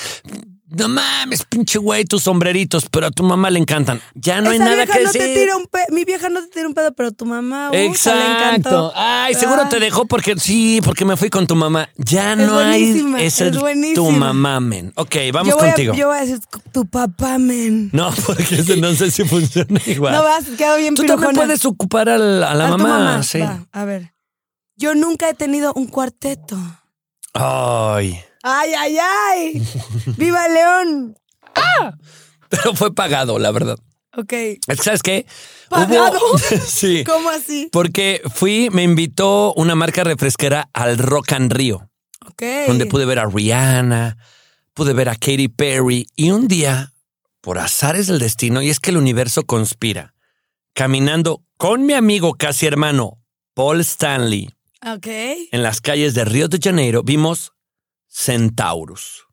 No mames, pinche güey, tus sombreritos, pero a tu mamá le encantan. Ya no hay Esa nada vieja que no te decir. tira un pedo, mi vieja no te tira un pedo, pero tu mamá, uh, se le Exacto. encantó. Ay, seguro Ah. te dejó porque sí, porque me fui con tu mamá. Ya Es no hay. buenísima, Es, es el tu buenísima. mamá, men. Ok, vamos yo voy a- contigo. yo voy a decir, tu papá, men. No, porque ese no sé si funciona igual. No vas, quedó bien Pues, Tú pirujona. también puedes ocupar al- a la A tu mamá. sí. Va, a ver. Yo nunca he tenido un cuarteto. Ay. ¡Ay, ay, ay! ¡Viva León! Pero fue pagado, la verdad. Ok. Es que, ¿Sabes qué? ¿Pagado? sí. ¿Cómo así? Porque fui, me invitó una marca refresquera al Rock and Rio. Ok. donde pude ver a Rihanna, pude ver a Katy Perry y un día, por azares del destino, y es que el universo conspira, caminando con mi amigo casi hermano Paul Stanley Ok. en las calles de Río de Janeiro, vimos Centaurus.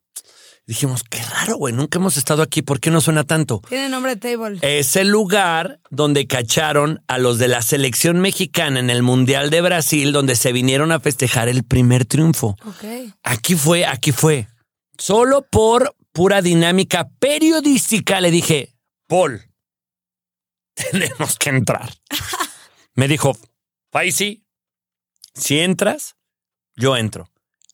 Dijimos, qué raro, güey, nunca hemos estado aquí, ¿por qué no suena tanto? Tiene nombre de table. Es el lugar donde cacharon a los de la selección mexicana en el Mundial de Brasil, donde se vinieron a festejar el primer triunfo. Ok. Aquí fue, aquí fue. Solo por pura dinámica periodística le dije, Paul, tenemos que entrar. Me dijo, Faisy, si entras, yo entro.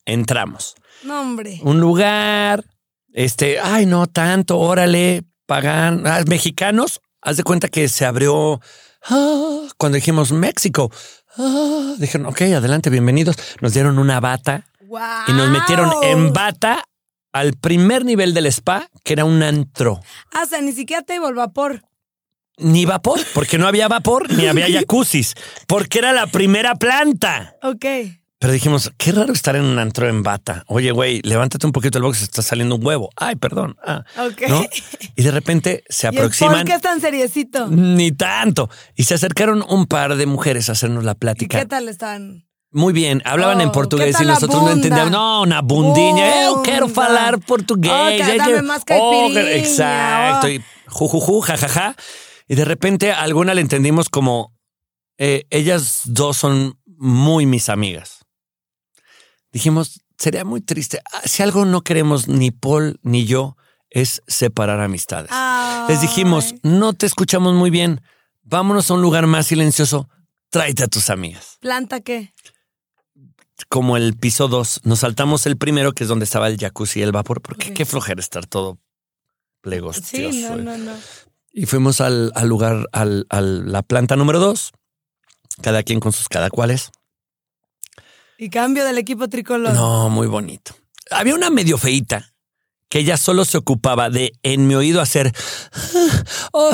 Entramos. Nombre. Un lugar, este, ay, no tanto, órale, pagan, ah, mexicanos. Haz de cuenta que se abrió ah, cuando dijimos México. ah, dijeron, ok, adelante, bienvenidos. Nos dieron una bata ¡Wow! y nos metieron en bata al primer nivel del spa, que era un antro. Ah, o sea, ni siquiera table, vapor. Ni vapor, porque no había vapor, ni había jacuzzis, porque era la primera planta. Ok. Pero dijimos, qué raro estar en un antro en bata. Oye, güey, levántate un poquito el box, está saliendo un huevo. Ay, perdón. Ah, Ok. ¿no? Y de repente se ¿Y el Paul aproximan. qué es tan seriecito? Ni tanto. Y se acercaron un par de mujeres a hacernos la ¿Y plática. qué tal están? Muy bien, hablaban Oh, en ¿qué portugués tal y la nosotros no bunda? entendíamos. No, una bundiña. Eu quiero Bunda. falar portugués. Oh, que Eh, dame que- más oh, caipirinha, que- exacto. oh. Y jujuju, jajaja. Y de repente a alguna le entendimos como eh, ellas dos son muy mis amigas. Dijimos, sería muy triste. Ah, Si algo no queremos ni Paul ni yo es separar amistades. Les dijimos, Ay. no te escuchamos muy bien. Vámonos a un lugar más silencioso. Tráete a tus amigas ¿Planta qué? como el piso 2, nos saltamos el primero, que es donde estaba el jacuzzi y el vapor, porque Ok. qué flojera estar todo plegostioso. Sí, no, eh. no, no. Y fuimos al, al lugar, al, a la planta número 2, cada quien con sus cada cuales. Y cambio del equipo tricolor. No, muy bonito. Había una medio feita que ella solo se ocupaba de en mi oído hacer. "Oh,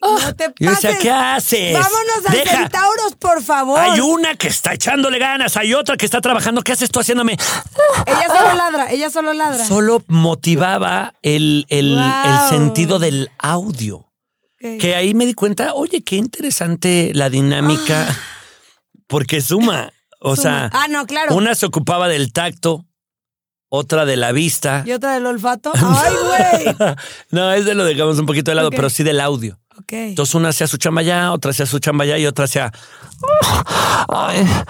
oh". No te Y yo decía, pases. ¿qué haces? Vámonos al Deja. Centauros, por favor. Hay una que está echándole ganas, hay otra que está trabajando. ¿Qué haces tú haciéndome? Ella solo ladra, ella solo ladra. Solo motivaba el, el- Wow. el sentido del audio. Ok. Que ahí me di cuenta, oye, qué interesante la dinámica, porque suma. O Ah. Suma. sea, Ah, no, claro. una se ocupaba del tacto, otra de la vista. Y otra del olfato. Ay, güey. no, ese lo dejamos un poquito de lado, Ok. pero sí del audio. Ok. Entonces una hacía su chamba allá, otra hacía su chamba allá y otra hacía... Ay, ah.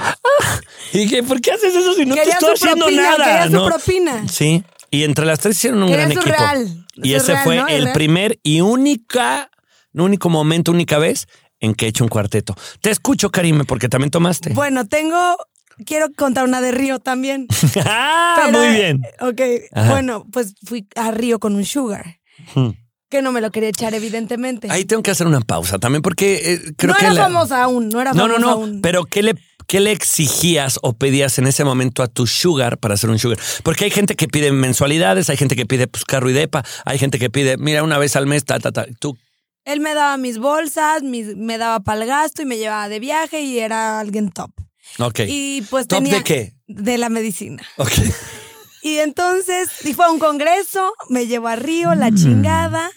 Y dije, ¿por qué haces eso si no te Quería estoy su haciendo propina, nada? quería su No. propina. Sí. Y entre las tres hicieron un Que gran es equipo. real. Y Es ese real, fue ¿no? Es el real. primer y única, único momento, única vez en que he hecho un cuarteto. Te escucho, Karime, porque también tomaste. Bueno, tengo. Quiero contar una de Río también. ah, Pero, muy bien. eh, Ok, Ajá. bueno, pues fui a Río con un sugar. Hmm. Que no me lo quería echar, evidentemente. Ahí tengo que hacer una pausa también porque eh, creo no que era la- famosa aún, no era No, famosa no, no, aún. pero ¿qué le, ¿qué le exigías o pedías en ese momento a tu sugar para hacer un sugar? Porque hay gente que pide mensualidades, hay gente que pide pues, carro y depa, hay gente que pide, mira, una vez al mes, ta, ta, ta. Tú, Él me daba mis bolsas, mis- me daba para el gasto y me llevaba de viaje y era alguien top. ok. Y pues ¿Top tenía- de qué? De la medicina. Ok. Y entonces, y fue a un congreso, me llevó a Río, Mm. la chingada.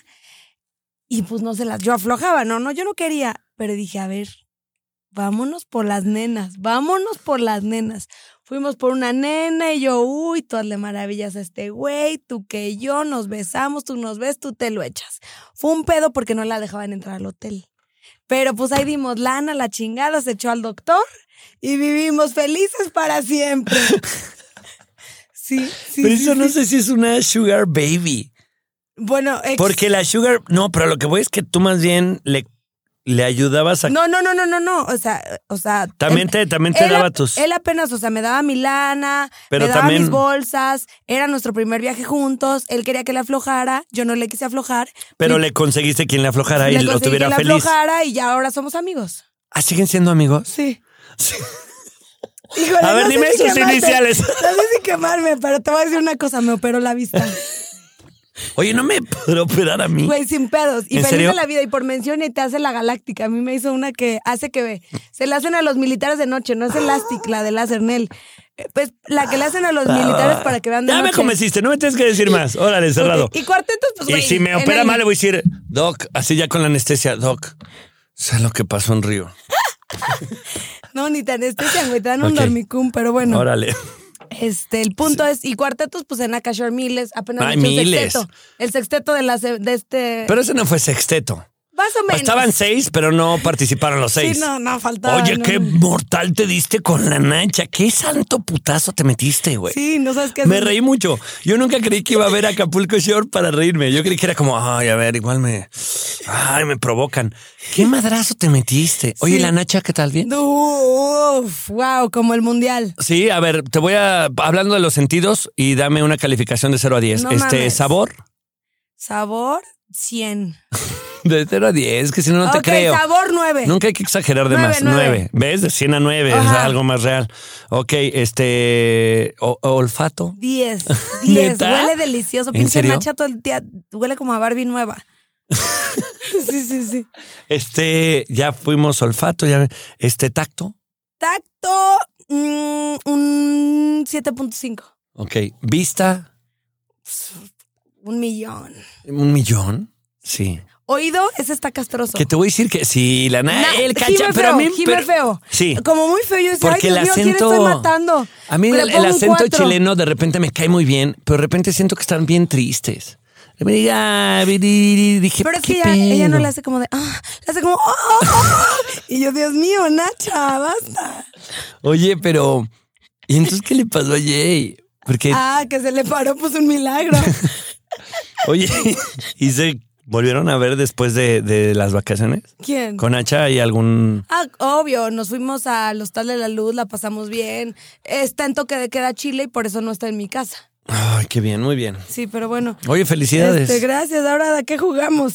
Y pues no se las, yo aflojaba, no, no, yo no quería. Pero dije, a ver, vámonos por las nenas, vámonos por las nenas. Fuimos por una nena y yo, uy, tú hazle maravillas a este güey, tú que yo, nos besamos, tú nos ves, tú te lo echas. Fue un pedo porque no la dejaban entrar al hotel. Pero pues ahí dimos lana, la chingada, se echó al doctor y vivimos felices para siempre. Sí, sí. pero sí, eso no sí. sé si es una sugar baby. Bueno, ex- Porque la sugar, no, pero lo que voy es que tú más bien le, le ayudabas a... No, no, no, no, no, no. O sea, eh, o sea. también em- te, también te él daba ap- tus... Él apenas, o sea, me daba mi lana, Pero me daba también- mis bolsas, era nuestro primer viaje juntos, él quería que le aflojara, yo no le quise aflojar. pero Mi- le conseguiste quien le aflojara y le lo conseguí tuviera que le feliz. aflojara y ya ahora somos amigos. Ah, ¿siguen siendo amigos? Sí. Híjole, A ver, no sé dime si sus quemarte, iniciales. No sé si quemarme, pero te voy a decir una cosa, me operó la vista. Oye, no me puedo operar a mí. Güey, sin pedos. Y ¿En feliz serio? de la vida. Y por mención, y te hace la galáctica. A mí me hizo una que hace que ve. Se la hacen a los militares de noche, no es elástica, la de láser Nel. Eh, Pues la que le hacen a los militares para que vean de ya noche. me convenciste, no me tienes que decir más. Órale, cerrado. Ok, Y cuartetos, pues Y güey. si me en opera el- mal, le voy a decir, Doc, así ya con la anestesia, Doc, sé lo que pasó en Río. No, ni te anestesian, güey. Te dan un Ok. dormicum, pero bueno. Órale. Este, el punto es, y cuartetos, pues en Akashore miles, apenas Ay, me eché Ah, miles. el sexteto. El sexteto de, la, se- de este. Pero ese no fue sexteto. más o menos. Estaban seis, pero no participaron los seis. Sí, no, no, faltaba. Oye, no, qué no. mortal te diste con la nacha. Qué santo putazo te metiste, güey. Sí, no sabes qué Me hacer. reí mucho. Yo nunca creí que iba a ver Acapulco Shore para reírme. Yo creí que era como, ay, a ver, igual me. Ay, me provocan. ¿Qué madrazo te metiste? Oye, Sí. la Nacha, ¿qué tal? ¿Bien? Uf, wow, como el mundial. Sí, a ver, te voy a. Hablando de los sentidos y dame una calificación de 0 a 10. No este, mames. sabor Sabor 100. de 0 a 10, que si no, no Ok, te creo. sabor 9. Nunca hay que exagerar de Nueve, más. nueve. 9. ¿Ves? De 100 a 9 es Ajá. algo más real. Ok, este. o- olfato. 10. 10. ¿Neta? Huele delicioso. ¿En Pinche serio? nacha todo el día. Huele como a Barbie nueva. sí, sí, sí. Este, ya fuimos olfato, ya. Este, tacto. Tacto, mm, un 7.5. Ok. Vista. Un millón. Un millón. Sí. Oído, ese está castroso. Que te voy a decir que sí, la na- Na- el gime cacha, feo, pero a mí. gime pero- feo. Sí. Como muy feo, yo decía, ay, Porque el Dios mío, ¿a quién acento- estoy matando? A mí Le el, el pongo un acento cuatro. chileno de repente me cae muy bien, pero de repente siento que están bien tristes. De repente, ya, vi- di- di- "Ah, dije, Pero es ¿qué que ella, ella no pedo? le hace como de, ah, le hace como, "Oh, oh, oh". y yo, Dios mío, Nacha, basta. Oye, pero. ¿Y entonces qué le pasó a Jay? Porque, Ah, que se le paró, pues un milagro. oye, ¿y se volvieron a ver después de, de las vacaciones? ¿Quién? Con Hacha y algún. Ah, obvio, nos fuimos al Hostal de la Luz, la pasamos bien. Está en toque de queda Chile y por eso no está en mi casa. Ay, qué bien, muy bien. Sí, pero bueno. Oye, felicidades. Este, gracias, ahora ¿de qué jugamos?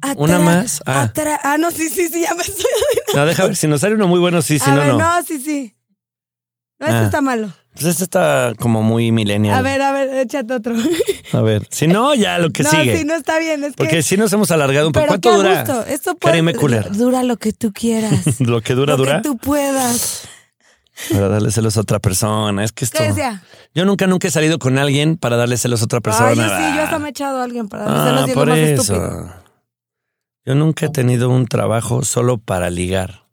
Atra- Una más. Ah. atra- ah, no, sí, sí, sí, ya me estoy adivinando. No, deja ver, si nos sale uno muy bueno, sí, si A no, ver, no. sí, sí. No, esto Ah. está malo. Pues este está como muy millennial. A ver, a ver, échate otro. A ver. Si no, ya lo que no, sigue. sí, no está bien, es Porque que... si nos hemos alargado un poco. Pero ¿Cuánto qué a dura? gusto. Esto puede, Karime Cooler. Dura lo que tú quieras. Lo que dura, lo dura. que tú puedas. Para darle celos a otra persona. Es que esto. ¿Qué decía? Yo nunca, nunca he salido con alguien para darle celos a otra persona. Ay, yo sí, yo hasta me he echado a alguien para Ah, hacerlo por más eso. estúpido. Yo nunca he tenido un trabajo solo para ligar.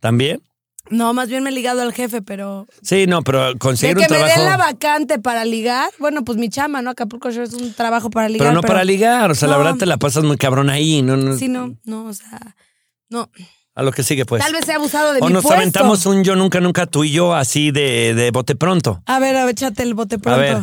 ¿También? No, más bien me he ligado al jefe, pero. Sí, no, pero De conseguir que un me trabajo. den la vacante para ligar. Bueno, pues mi chama, ¿no? Acapulco Shore es un trabajo para ligar. pero no para ligar. O sea, la No. verdad te la pasas muy cabrón ahí. No, no- Sí, no, no, o sea. No. A lo que sigue, pues. Tal vez he abusado de o mi nos puesto. aventamos un yo nunca, nunca tú y yo así de, de bote pronto. A ver, a ver, échate el bote pronto. A ver,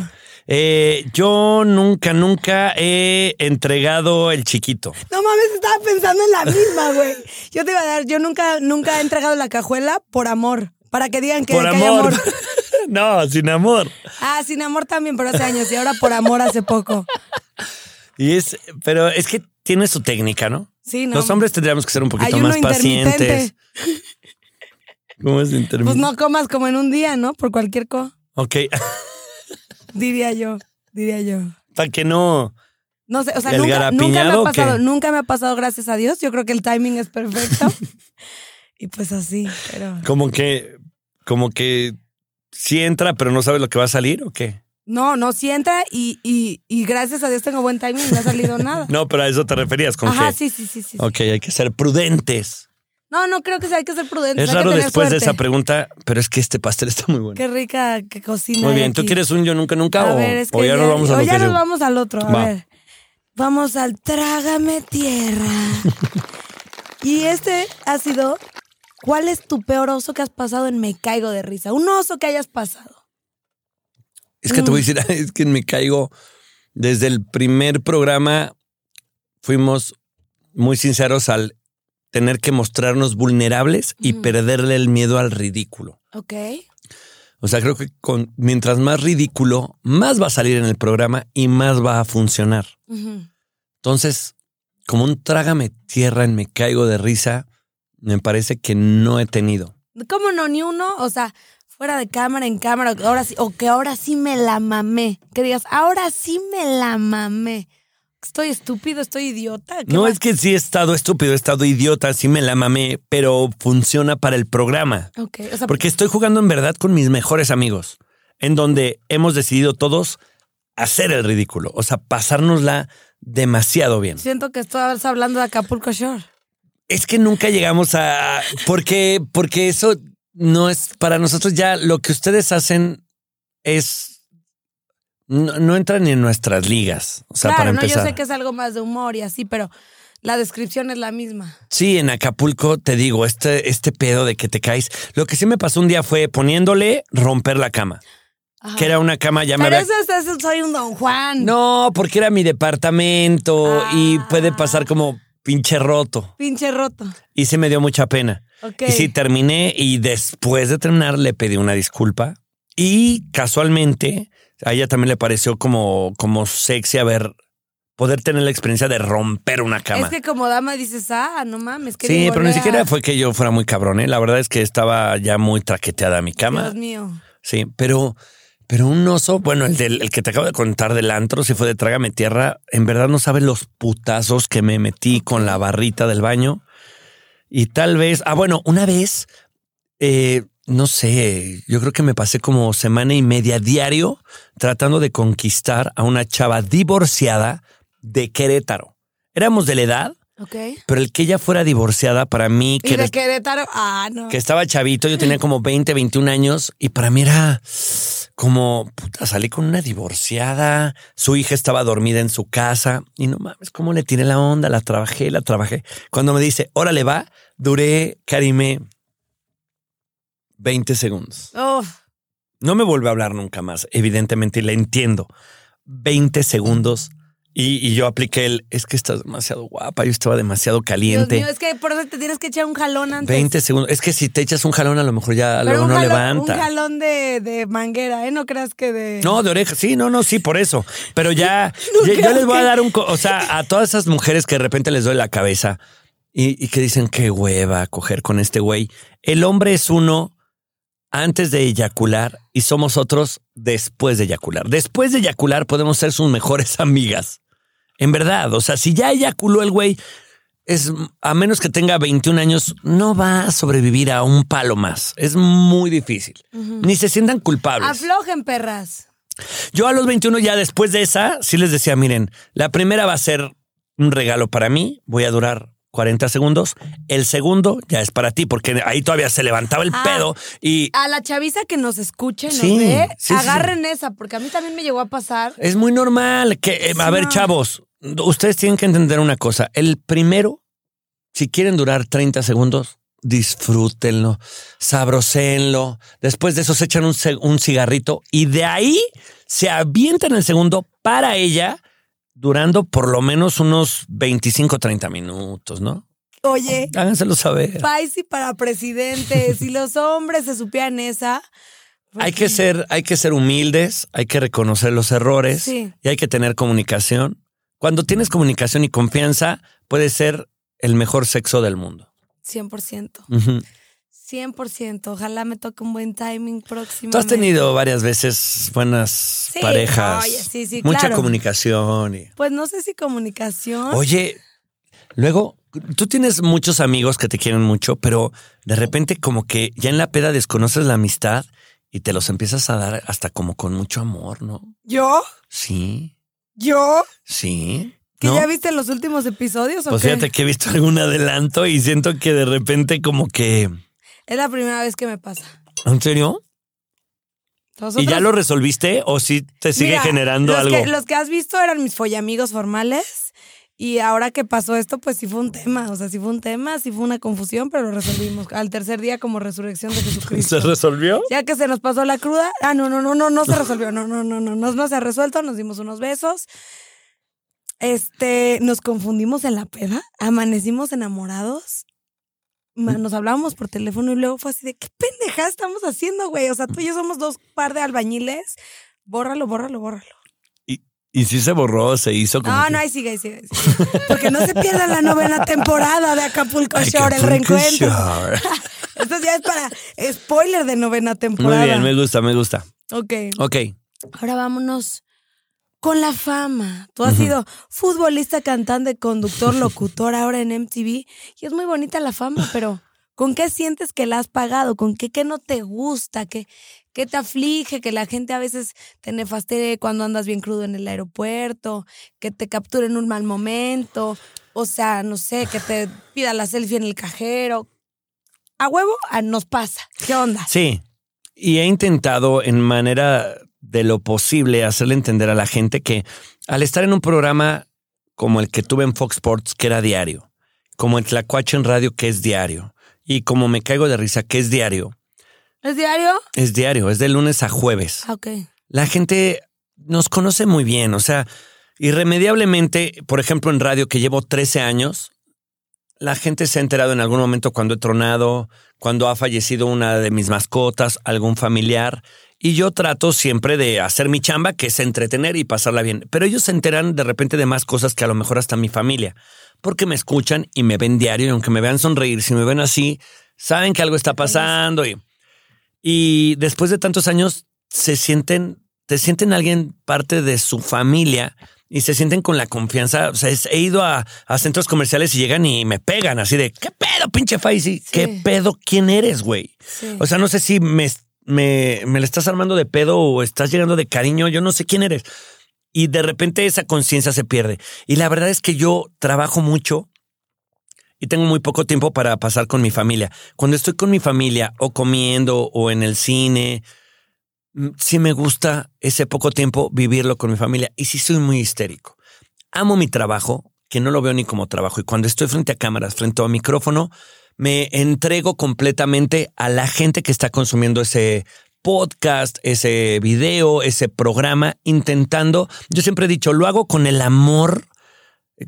Eh, yo nunca, nunca he entregado el chiquito. No mames, estaba pensando en la misma, güey. Yo te iba a dar, yo nunca, nunca he entregado la cajuela por amor. Para que digan que, por que hay amor. no, sin amor. Ah, sin amor también, pero hace años. Y ahora por amor hace poco. Y es, pero es que tiene su técnica, ¿no? Sí, no. Los hombres tendríamos que ser un poquito Hay uno más pacientes. intermitente. ¿Cómo es intermitente? Pues no comas como en un día, ¿no? Por cualquier co. Ok, Diría yo, diría yo. para que no. No sé, o sea, ¿El nunca, nunca me garapiñado ha o pasado, qué? nunca me ha pasado, gracias a Dios. Yo creo que el timing es perfecto. y pues así, pero. Como que, como que sí entra, pero no sabes lo que va a salir o qué. No, no, si entra y, y, y gracias a Dios tengo buen timing y no ha salido nada. No, pero a eso te referías con Ajá, que. sí, sí, sí, sí. sí. Ok, hay que ser prudentes. No, no creo que sea, hay que ser prudentes. es hay que raro tener después de suerte. esa pregunta, pero es que este pastel está muy bueno. Qué rica que cocina. Muy hay bien, ¿tú aquí. quieres un yo nunca nunca A o, ver, es o que ya nos vamos a o lo ya que nos sigo? vamos al otro. A Va. ver. Vamos al Trágame Tierra. y este ha sido. ¿Cuál es tu peor oso que has pasado en Me Caigo de Risa? Un oso que hayas pasado. Es que te voy a Mm. decir, es que me caigo. Desde el primer programa fuimos muy sinceros al tener que mostrarnos vulnerables y Ujú. perderle el miedo al ridículo. Ok. O sea, creo que con, mientras más ridículo, más va a salir en el programa y más va a funcionar. Ujú. Entonces, como un trágame tierra en me caigo de risa, me parece que no he tenido. ¿Cómo no? Ni uno. O sea, fuera de cámara, en cámara. Ahora sí, o que ahora sí me la mamé. Que digas, ahora sí me la mamé. Estoy estúpido, estoy idiota. ¿qué No más? es que sí he estado estúpido, he estado idiota, sí me la mamé, pero funciona para el programa. Ok, o sea, Porque estoy jugando en verdad con mis mejores amigos, en donde hemos decidido todos hacer el ridículo, o sea, pasárnosla demasiado bien. siento que estás hablando de Acapulco Shore. Es que nunca llegamos a... Porque, porque eso no es... Para nosotros ya lo que ustedes hacen es... No, no entra ni en nuestras ligas. O sea, claro, para no, empezar. yo sé que es algo más de humor y así, pero la descripción es la misma. Sí, en Acapulco te digo, este, este pedo de que te caes. Lo que sí me pasó un día fue poniéndole romper la cama. Ajá. Que era una cama, ya me Ah. pero había- eso, es- eso soy un don Juan. No, porque era mi departamento y Ah. puede pasar como pinche roto. Pinche roto. Y se me dio mucha pena. Ok. Y sí, terminé y después de terminar le pedí una disculpa. Y casualmente a ella también le pareció como, como sexy haber poder tener la experiencia de romper una cama. es que como dama dices, ah, no mames. qué sí, bien pero ni volver a- siquiera fue que yo fuera muy cabrón. ¿eh? La verdad es que estaba ya muy traqueteada mi cama. Dios mío. Sí, pero, pero un oso, bueno, el, del, el que te acabo de contar del antro, si fue de Trágame Tierra, en verdad no sabe los putazos que me metí con la barrita del baño. Y tal vez, ah, bueno, una vez, eh, no sé, yo creo que me pasé como semana y media diario tratando de conquistar a una chava divorciada de Querétaro. Éramos de la edad, Ok. pero el que ella fuera divorciada para mí, Y que de Querétaro, ah, no. que estaba chavito, yo tenía como 20, 21 años y para mí era como, puta, salí con una divorciada, su hija estaba dormida en su casa y no mames, cómo le tiré la onda, la trabajé, la trabajé. Cuando me dice, órale va, duré, Karime, 20 segundos. Uf, No me vuelve a hablar nunca más, evidentemente, y le entiendo. 20 segundos y, y yo apliqué el, es que estás demasiado guapa, yo estaba demasiado Dios caliente. mío, es que por eso te tienes que echar un jalón antes. 20 segundos. Es que si te echas un jalón, a lo mejor ya Pero luego un no jalón, Un levanta. jalón de, de manguera, ¿eh? No creas que de... No, de oreja. Sí, no, no, sí, por eso. Pero ya, No ya- yo, creo les voy a que- dar un. co- O sea, a todas esas mujeres que de repente les duele la cabeza y, y que dicen qué hueva coger con este güey. El hombre es uno antes de eyacular y somos otros después de eyacular. Después de eyacular podemos ser sus mejores amigas. En verdad, o sea, si ya eyaculó el güey, es a menos que tenga 21 años, no va a sobrevivir a un palo más. Es muy difícil. Ni se sientan culpables. Aflojen, perras. Yo a los 21 ya después de esa, sí les decía, miren, la primera va a ser un regalo para mí, voy a durar 40 segundos, el segundo ya es para ti, porque ahí todavía se levantaba el Ah. pedo y A la chaviza que nos escuche, nos Sí, ve, sí, sí, agarren esa, porque a mí también me llegó a pasar. es muy normal que, eh, a Sí, ver no. chavos, ustedes tienen que entender una cosa, el primero, si quieren durar 30 segundos, disfrútenlo, sabrosenlo, después de eso se echan un, ce- un cigarrito y de ahí se avientan el segundo para ella, durando por lo menos unos 25, 30 minutos, ¿no? Oye, Háganselo saber. Paisi para presidente. si los hombres se supieran esa. Hay que ser, hay que ser humildes, hay que reconocer los errores Sí. y hay que tener comunicación. Cuando tienes comunicación y confianza, puede ser el mejor sexo del mundo. 100%. Ujú. 100%. Ojalá me toque un buen timing próximo. Tú has tenido varias veces buenas Mm. Sí, parejas. oye, sí, sí, mucha claro. comunicación. y- Pues no sé si comunicación. Oye, luego, tú tienes muchos amigos que te quieren mucho, pero de repente como que ya en la peda desconoces la amistad y te los empiezas a dar hasta como con mucho amor, ¿no? ¿Yo? Sí, ¿Yo? sí. ¿Que ¿no? ya viste los últimos episodios o Pues qué? fíjate que he visto algún adelanto y siento que de repente como que... Es la primera vez que me pasa. ¿En serio? ¿Y Nosotros- ya lo resolviste o sí te sigue Mira, generando los algo? Que, los que has visto eran mis follamigos formales. Y ahora que pasó esto, pues sí fue un tema. O sea, sí fue un tema, sí fue una confusión, pero lo resolvimos. Al tercer día, como resurrección de Jesucristo. ¿Se resolvió? Ya que se nos pasó la cruda. Ah, no, no, no, no, no se resolvió. No, no, no, no, no, no se ha resuelto. Nos dimos unos besos. Este, nos confundimos en la peda. Amanecimos enamorados. ma- Nos hablábamos por teléfono y luego fue así de qué pendejada estamos haciendo, güey. O sea, tú y yo somos dos par de albañiles. Bórralo, bórralo, bórralo. Y sí se borró, se hizo como... No, que- no, ahí sigue, ahí sigue. ahí sigue. Porque no se pierda la novena temporada de Acapulco Ay, qué Shore, el rico reencuentro. Shore. Esto ya es para spoiler de novena Muy temporada. bien, me gusta, me gusta. Ok. Ok. Ahora vámonos con la fama. Tú has sido futbolista, cantante, conductor, locutor ahora en MTV y es muy bonita la fama, pero ¿con qué sientes que la has pagado? ¿Con qué, qué no te gusta? ¿Qué, ¿Qué te aflige? Que la gente a veces te nefaste cuando andas bien crudo en el aeropuerto, que te capture en un mal momento, o sea, no sé, que te pida la selfie en el cajero. A huevo, a- nos pasa. ¿Qué onda? Sí. Y he intentado en manera de lo posible hacerle entender a la gente que al estar en un programa como el que tuve en Fox Sports, que era diario, como el Tlacuache en radio, que es diario, y como me caigo de risa, que es diario, ¿Es diario? es diario, es de lunes a jueves Ah, ok. la gente nos conoce muy bien, o sea, irremediablemente, por ejemplo, en radio que llevo 13 años, la gente se ha enterado en algún momento cuando he tronado, cuando ha fallecido una de mis mascotas, algún familiar, y yo trato siempre de hacer mi chamba, que es entretener y pasarla bien, pero ellos se enteran de repente de más cosas que a lo mejor hasta mi familia, porque me escuchan y me ven diario, y aunque me vean sonreír, si me ven así, saben que algo está pasando y... Y después de tantos años se sienten, te sienten alguien parte de su familia y se sienten con la confianza. O sea, es- he ido a, a centros comerciales y llegan y me pegan así de qué pedo, pinche Faisy, qué pedo, quién eres, güey. Sí. O sea, no sé si me, me, me le estás armando de pedo o estás llegando de cariño, yo no sé quién eres. Y de repente esa conciencia se pierde. Y la verdad es que yo trabajo mucho y tengo muy poco tiempo para pasar con mi familia. Cuando estoy con mi familia o comiendo o en el cine, mm, sí me gusta ese poco tiempo vivirlo con mi familia y sí soy muy histérico. Amo mi trabajo, que no lo veo ni como trabajo. Y cuando estoy frente a cámaras, frente a micrófono, me entrego completamente a la gente que está consumiendo ese podcast, ese video, ese programa, intentando, yo siempre he dicho, lo hago con el amor,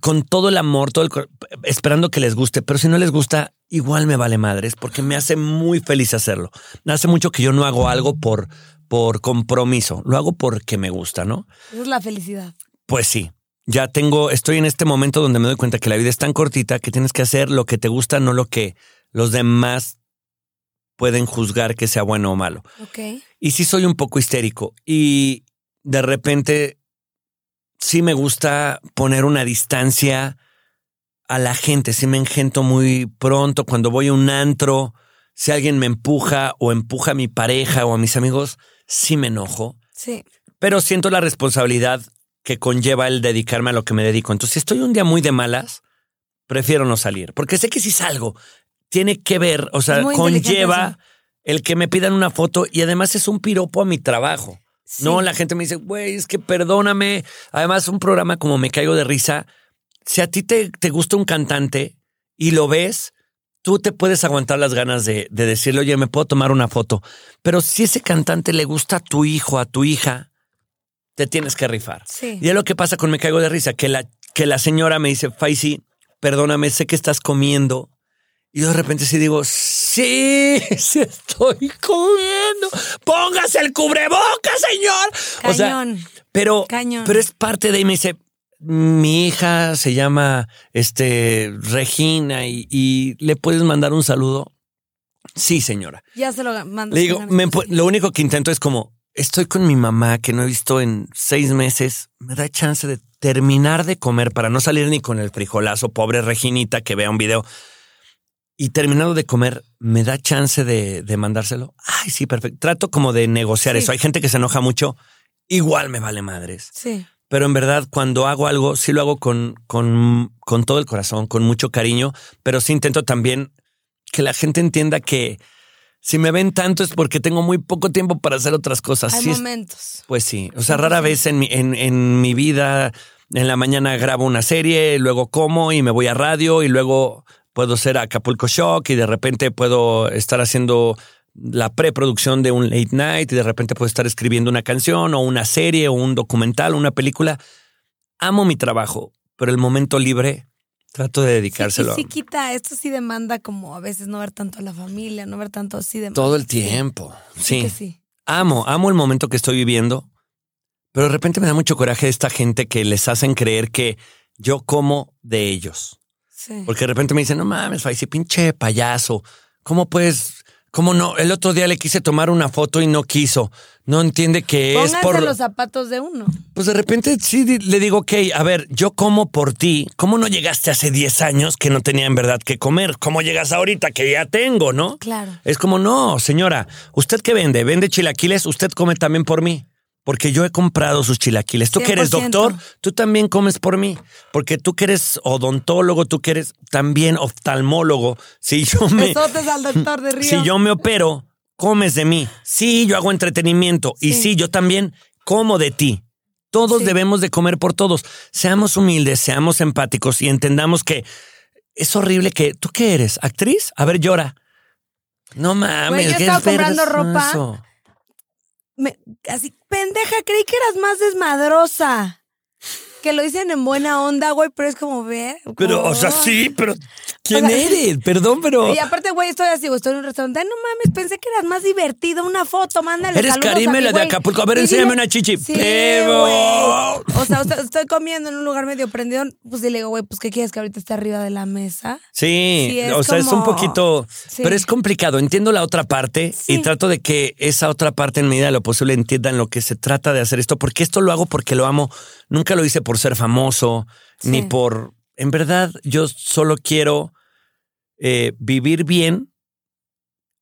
con todo el amor, todo el cor- esperando que les guste, pero si no les gusta, igual me vale madres, porque me hace muy feliz hacerlo. Hace mucho que yo no hago algo por, por compromiso, lo hago porque me gusta, ¿no? Esa es la felicidad. Pues sí. Ya tengo, estoy en este momento donde me doy cuenta que la vida es tan cortita que tienes que hacer lo que te gusta, no lo que los demás pueden juzgar que sea bueno o malo. Ok. Y sí soy un poco histérico y de repente sí me gusta poner una distancia a la gente, sí me engento muy pronto cuando voy a un antro, si alguien me empuja o empuja a mi pareja o a mis amigos, sí me enojo Sí. pero siento la responsabilidad que conlleva el dedicarme a lo que me dedico. Entonces, si estoy un día muy de malas, prefiero no salir, porque sé que si salgo, tiene que ver, o sea, Es muy inteligente conlleva el que me pidan una foto y además es un piropo a mi trabajo. Sí. No, la gente me dice, güey, es que perdóname. Además, un programa como Me Caigo de Risa, si a ti te, te gusta un cantante y lo ves, tú te puedes aguantar las ganas de, de decirle, oye, me puedo tomar una foto. Pero si ese cantante le gusta a tu hijo, a tu hija, te tienes que rifar. Sí. Y es lo que pasa con Me Caigo de Risa, que la, que la señora me dice, Faisy, perdóname, sé que estás comiendo. Y yo de repente sí digo, sí, sí estoy comiendo. Póngase el cubreboca, señor. O sea, Cañón. pero, Cañón. pero es parte de ahí. Me dice, mi hija se llama este, Regina y, y le puedes mandar un saludo. Sí, señora. ya se lo mandas. Le digo, una me vez. pu- lo único que intento es como, estoy con mi mamá que no he visto en seis meses, me da chance de terminar de comer para no salir ni con el frijolazo, pobre Reginita que vea un video. Y terminado de comer, ¿me da chance de, de mandárselo? Ay, sí, perfecto. Trato como de negociar Sí. eso. Hay gente que se enoja mucho. Igual me vale madres. Sí. Pero en verdad, cuando hago algo, sí lo hago con, con, con todo el corazón, con mucho cariño, pero sí intento también que la gente entienda que si me ven tanto es porque tengo muy poco tiempo para hacer otras cosas. Hay Sí es- momentos. pues sí, o sea, rara vez en mi, en, en mi vida, en la mañana grabo una serie, luego como y me voy a radio y luego puedo ser Acapulco Shock y de repente puedo estar haciendo la preproducción de un late night y de repente puedo estar escribiendo una canción o una serie o un documental o una película. Amo mi trabajo, pero el momento libre trato de Sí, y dedicárselo sí quita, esto sí demanda como a veces no ver tanto a la familia, no ver tanto así de todo el tiempo. Sí. Sí. que sí. Amo, amo el momento que estoy viviendo, pero de repente me da mucho coraje esta gente que les hacen creer que yo como de ellos. Sí. Porque de repente me dicen, no mames, Faisy, pinche payaso. ¿Cómo puedes? ¿Cómo no? El otro día le quise tomar una foto y no quiso. No entiende que Pónganse es por... los zapatos de uno. Pues de repente sí di- le digo, ok, a ver, yo como por ti. ¿Cómo no llegaste hace 10 años que no tenía en verdad que comer? ¿Cómo llegas ahorita que ya tengo, no? Claro. Es como, no, señora, ¿usted qué vende? ¿Vende chilaquiles? Usted come también por mí. Porque yo he comprado sus chilaquiles. Tú que eres 100%. doctor, tú también comes por mí. Porque tú que eres odontólogo, tú que eres también oftalmólogo. Si yo me, Besotes al doctor de Río. si yo me opero, comes de mí. Sí, yo hago entretenimiento. Y Sí. sí, yo también como de ti. Todos Sí. debemos de comer por todos. Seamos humildes, seamos empáticos y entendamos que es horrible que... ¿Tú qué eres? ¿Actriz? A ver, llora. No mames. Güey, yo qué estaba comprando ropa. vergonzoso. Me- así, pendeja, creí que eras más desmadrosa. Que lo dicen en buena onda, güey, pero es como ver. Pero, como- o sea, sí, pero... ¿Quién O sea, eres? Perdón, pero... Y aparte, güey, estoy así, güey, estoy en un restaurante. Ay, no mames, pensé que eras más divertido. Una foto, mándale Eres saludos Karime, a mi la de güey. Acapulco. A ver, Y enséñame dile- una chichi. Sí, Pero- güey. O sea, o sea, estoy comiendo en un lugar medio prendido. Pues y le digo, güey, pues ¿qué quieres que ahorita esté arriba de la mesa? Sí, Sí, es o sea, es un como- poquito, Sí. pero es complicado. Entiendo la otra parte y Sí. trato de que esa otra parte en medida de lo posible entiendan lo que se trata de hacer esto, porque esto lo hago porque lo amo. Nunca lo hice por ser famoso, Sí. ni por... En verdad, yo solo quiero eh, vivir bien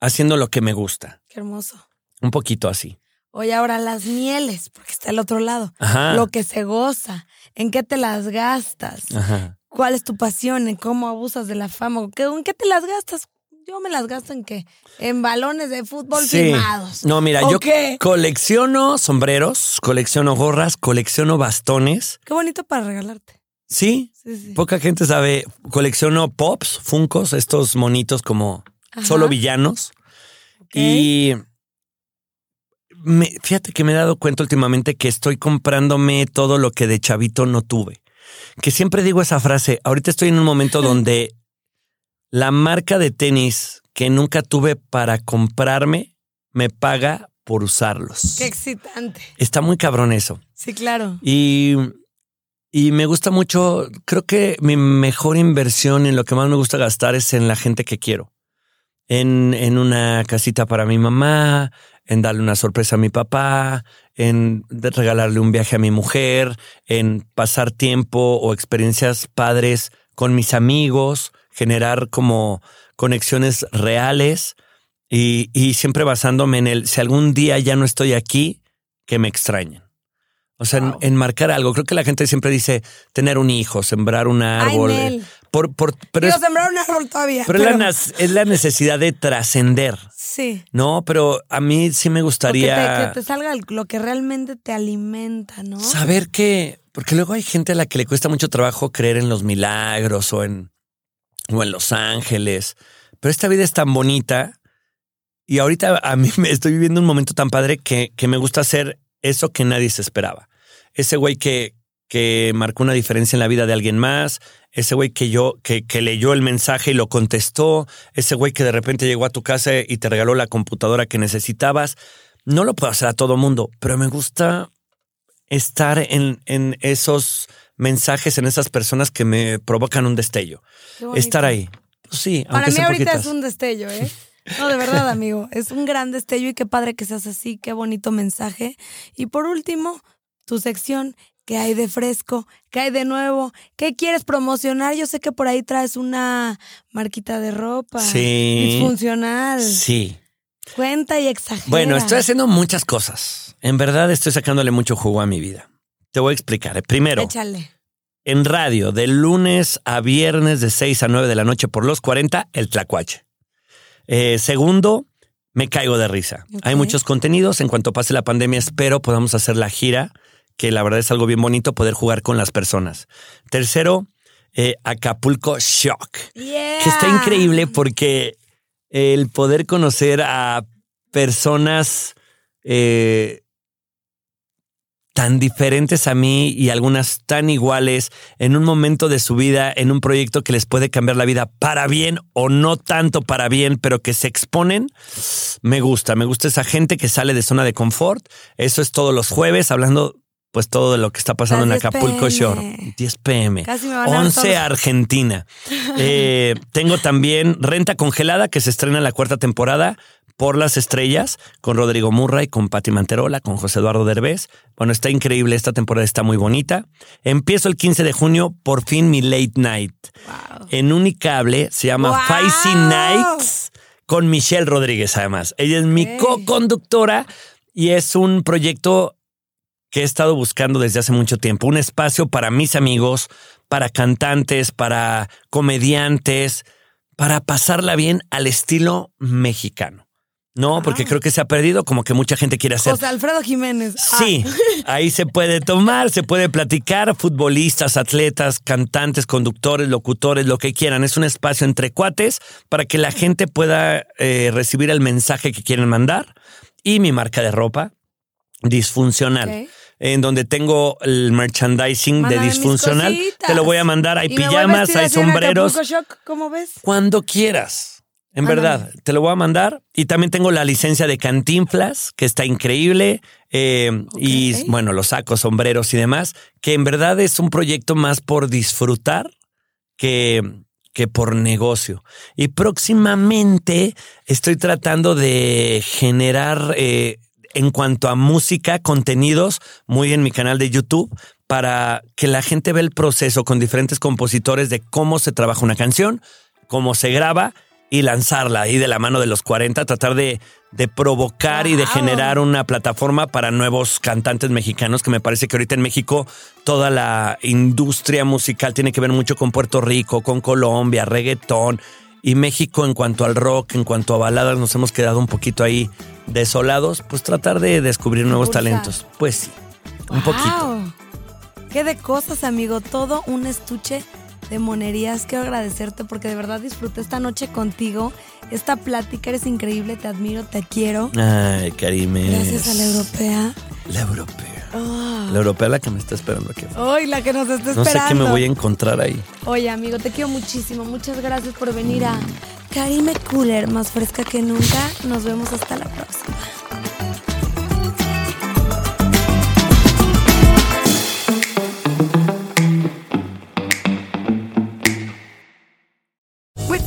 haciendo lo que me gusta. Qué hermoso. Un poquito así. Oye, ahora las mieles, porque está el otro lado. Ajá. Lo que se goza, en qué te las gastas, Ajá. cuál es tu pasión, en cómo abusas de la fama, ¿O qué- en qué te las gastas. Yo me las gasto en qué? En balones de fútbol Sí. firmados. No, mira, ¿O yo qué? colecciono sombreros, colecciono gorras, colecciono bastones. Qué bonito para regalarte. Sí, Sí, sí. Poca gente sabe, colecciono pops, funcos, estos monitos como Ajá. solo villanos. Ok. Y me- fíjate que me he dado cuenta últimamente que estoy comprándome todo lo que de chavito no tuve. Que siempre digo esa frase, ahorita estoy en un momento donde la marca de tenis que nunca tuve para comprarme me paga por usarlos. Qué excitante. Está muy cabrón eso. Sí, claro. Y, y me gusta mucho, creo que mi mejor inversión en lo que más me gusta gastar es en la gente que quiero. En, en una casita para mi mamá, en darle una sorpresa a mi papá, en de- regalarle un viaje a mi mujer, en pasar tiempo o experiencias padres con mis amigos, generar como conexiones reales y, y siempre basándome en el, si algún día ya no estoy aquí, que me extrañen. O sea, en- Wow. enmarcar algo. Creo que la gente siempre dice tener un hijo, sembrar un Ay, árbol. eh, Nel. por, por- pero Quiero es, sembrar un árbol todavía. pero es la, nas- es la necesidad de trascender. Sí. No, pero a mí sí me gustaría... Que te, que te salga el- lo que realmente te alimenta, ¿no? Saber que, porque luego hay gente a la que le cuesta mucho trabajo creer en los milagros o en, o en los ángeles, pero esta vida es tan bonita y ahorita a mí me estoy viviendo un momento tan padre que, que me gusta hacer eso que nadie se esperaba. ese güey que, que marcó una diferencia en la vida de alguien más, ese güey que yo, que, que leyó el mensaje y lo contestó, ese güey que de repente llegó a tu casa y te regaló la computadora que necesitabas. No lo puedo hacer a todo mundo, pero me gusta estar en, en esos mensajes, en esas personas que me provocan un destello. Qué bonito. Estar ahí. Pues Sí, Para aunque mí sean ahorita poquitas. es un destello, ¿eh? No, de verdad, amigo. Es un gran destello y qué padre que seas así, qué bonito mensaje. Y por último, tu sección, ¿qué hay de fresco? ¿Qué hay de nuevo? ¿Qué quieres promocionar? Yo sé que por ahí traes una marquita de ropa. Sí. Disfuncional. Sí. Cuenta y exagera. Bueno, estoy haciendo muchas cosas. En verdad estoy sacándole mucho jugo a mi vida. Te voy a explicar. Primero, Échale. en radio, de lunes a viernes de 6 a 9 de la noche por los 40, el tlacuache. Eh, segundo, me caigo de risa. Ok. Hay muchos contenidos. En cuanto pase la pandemia, espero podamos hacer la gira, que la verdad es algo bien bonito poder jugar con las personas. Tercero, eh, Acapulco Shock Yeah. que está increíble porque el poder conocer a personas eh, tan diferentes a mí y algunas tan iguales en un momento de su vida, en un proyecto que les puede cambiar la vida para bien o no tanto para bien, pero que se exponen, me gusta, me gusta esa gente que sale de zona de confort. Eso es todos los jueves, hablando pues todo de lo que está pasando Las en 10 Acapulco Shore. PM. 10 pm. Casi me van a dar 11 todos. Argentina. Eh, tengo también Renta Congelada, que se estrena en la cuarta temporada por las estrellas, con Rodrigo Murray, con Patti Manterola, con José Eduardo Derbez. Bueno, está increíble, esta temporada está muy bonita. Empiezo el 15 de junio, por fin mi late night. Wow. En Unicable se llama ¡Wow! Faisy Nights con Michelle Rodríguez, además. Ella es mi Ok. co-conductora y es un proyecto que he estado buscando desde hace mucho tiempo. Un espacio para mis amigos, para cantantes, para comediantes, para pasarla bien al estilo mexicano. No, porque Ah. creo que se ha perdido, como que mucha gente quiere hacer José Alfredo Jiménez. Ah, Sí, ahí se puede tomar, se puede platicar, futbolistas, atletas, cantantes, conductores, locutores, lo que quieran. Es un espacio entre cuates para que la gente pueda eh, recibir el mensaje que quieren mandar. Y mi marca de ropa, disfuncional, ok. en donde tengo el merchandising Mándame de mis disfuncional. cositas. Te lo voy a mandar. Hay Y me voy pijamas, vestida hay así en sombreros, Acapulco Shock, ¿Cómo ves? cuando quieras. En Ándale. verdad, te lo voy a mandar. Y también tengo la licencia de Cantinflas, que está increíble. eh, Y Ok. bueno, los sacos, sombreros y demás, que en verdad es un proyecto más por disfrutar que, que por negocio. Y próximamente estoy tratando de generar, eh, en cuanto a música, contenidos muy en mi canal de YouTube para que la gente vea el proceso con diferentes compositores de cómo se trabaja una canción, cómo se graba y lanzarla ahí de la mano de los 40, tratar de, de provocar y de Wow. generar una plataforma para nuevos cantantes mexicanos, que me parece que ahorita en México toda la industria musical tiene que ver mucho con Puerto Rico, con Colombia, reggaetón, y México en cuanto al rock, en cuanto a baladas, nos hemos quedado un poquito ahí desolados, pues tratar de descubrir nuevos Impulsar. talentos. Pues sí, un poquito. Wow. Qué de cosas, amigo. Todo un estuche de monerías. Quiero agradecerte porque de verdad disfruté esta noche contigo. Esta plática eres increíble. Te admiro, te quiero. Ay, Karime. Gracias a la europea. La europea. Ah. La europea es la que me está esperando aquí. afuera. Ay, la que nos está esperando. No sé qué me voy a encontrar ahí. Oye, amigo, te quiero muchísimo. Muchas gracias por venir a Karime Cooler, más fresca que nunca. Nos vemos hasta la próxima. With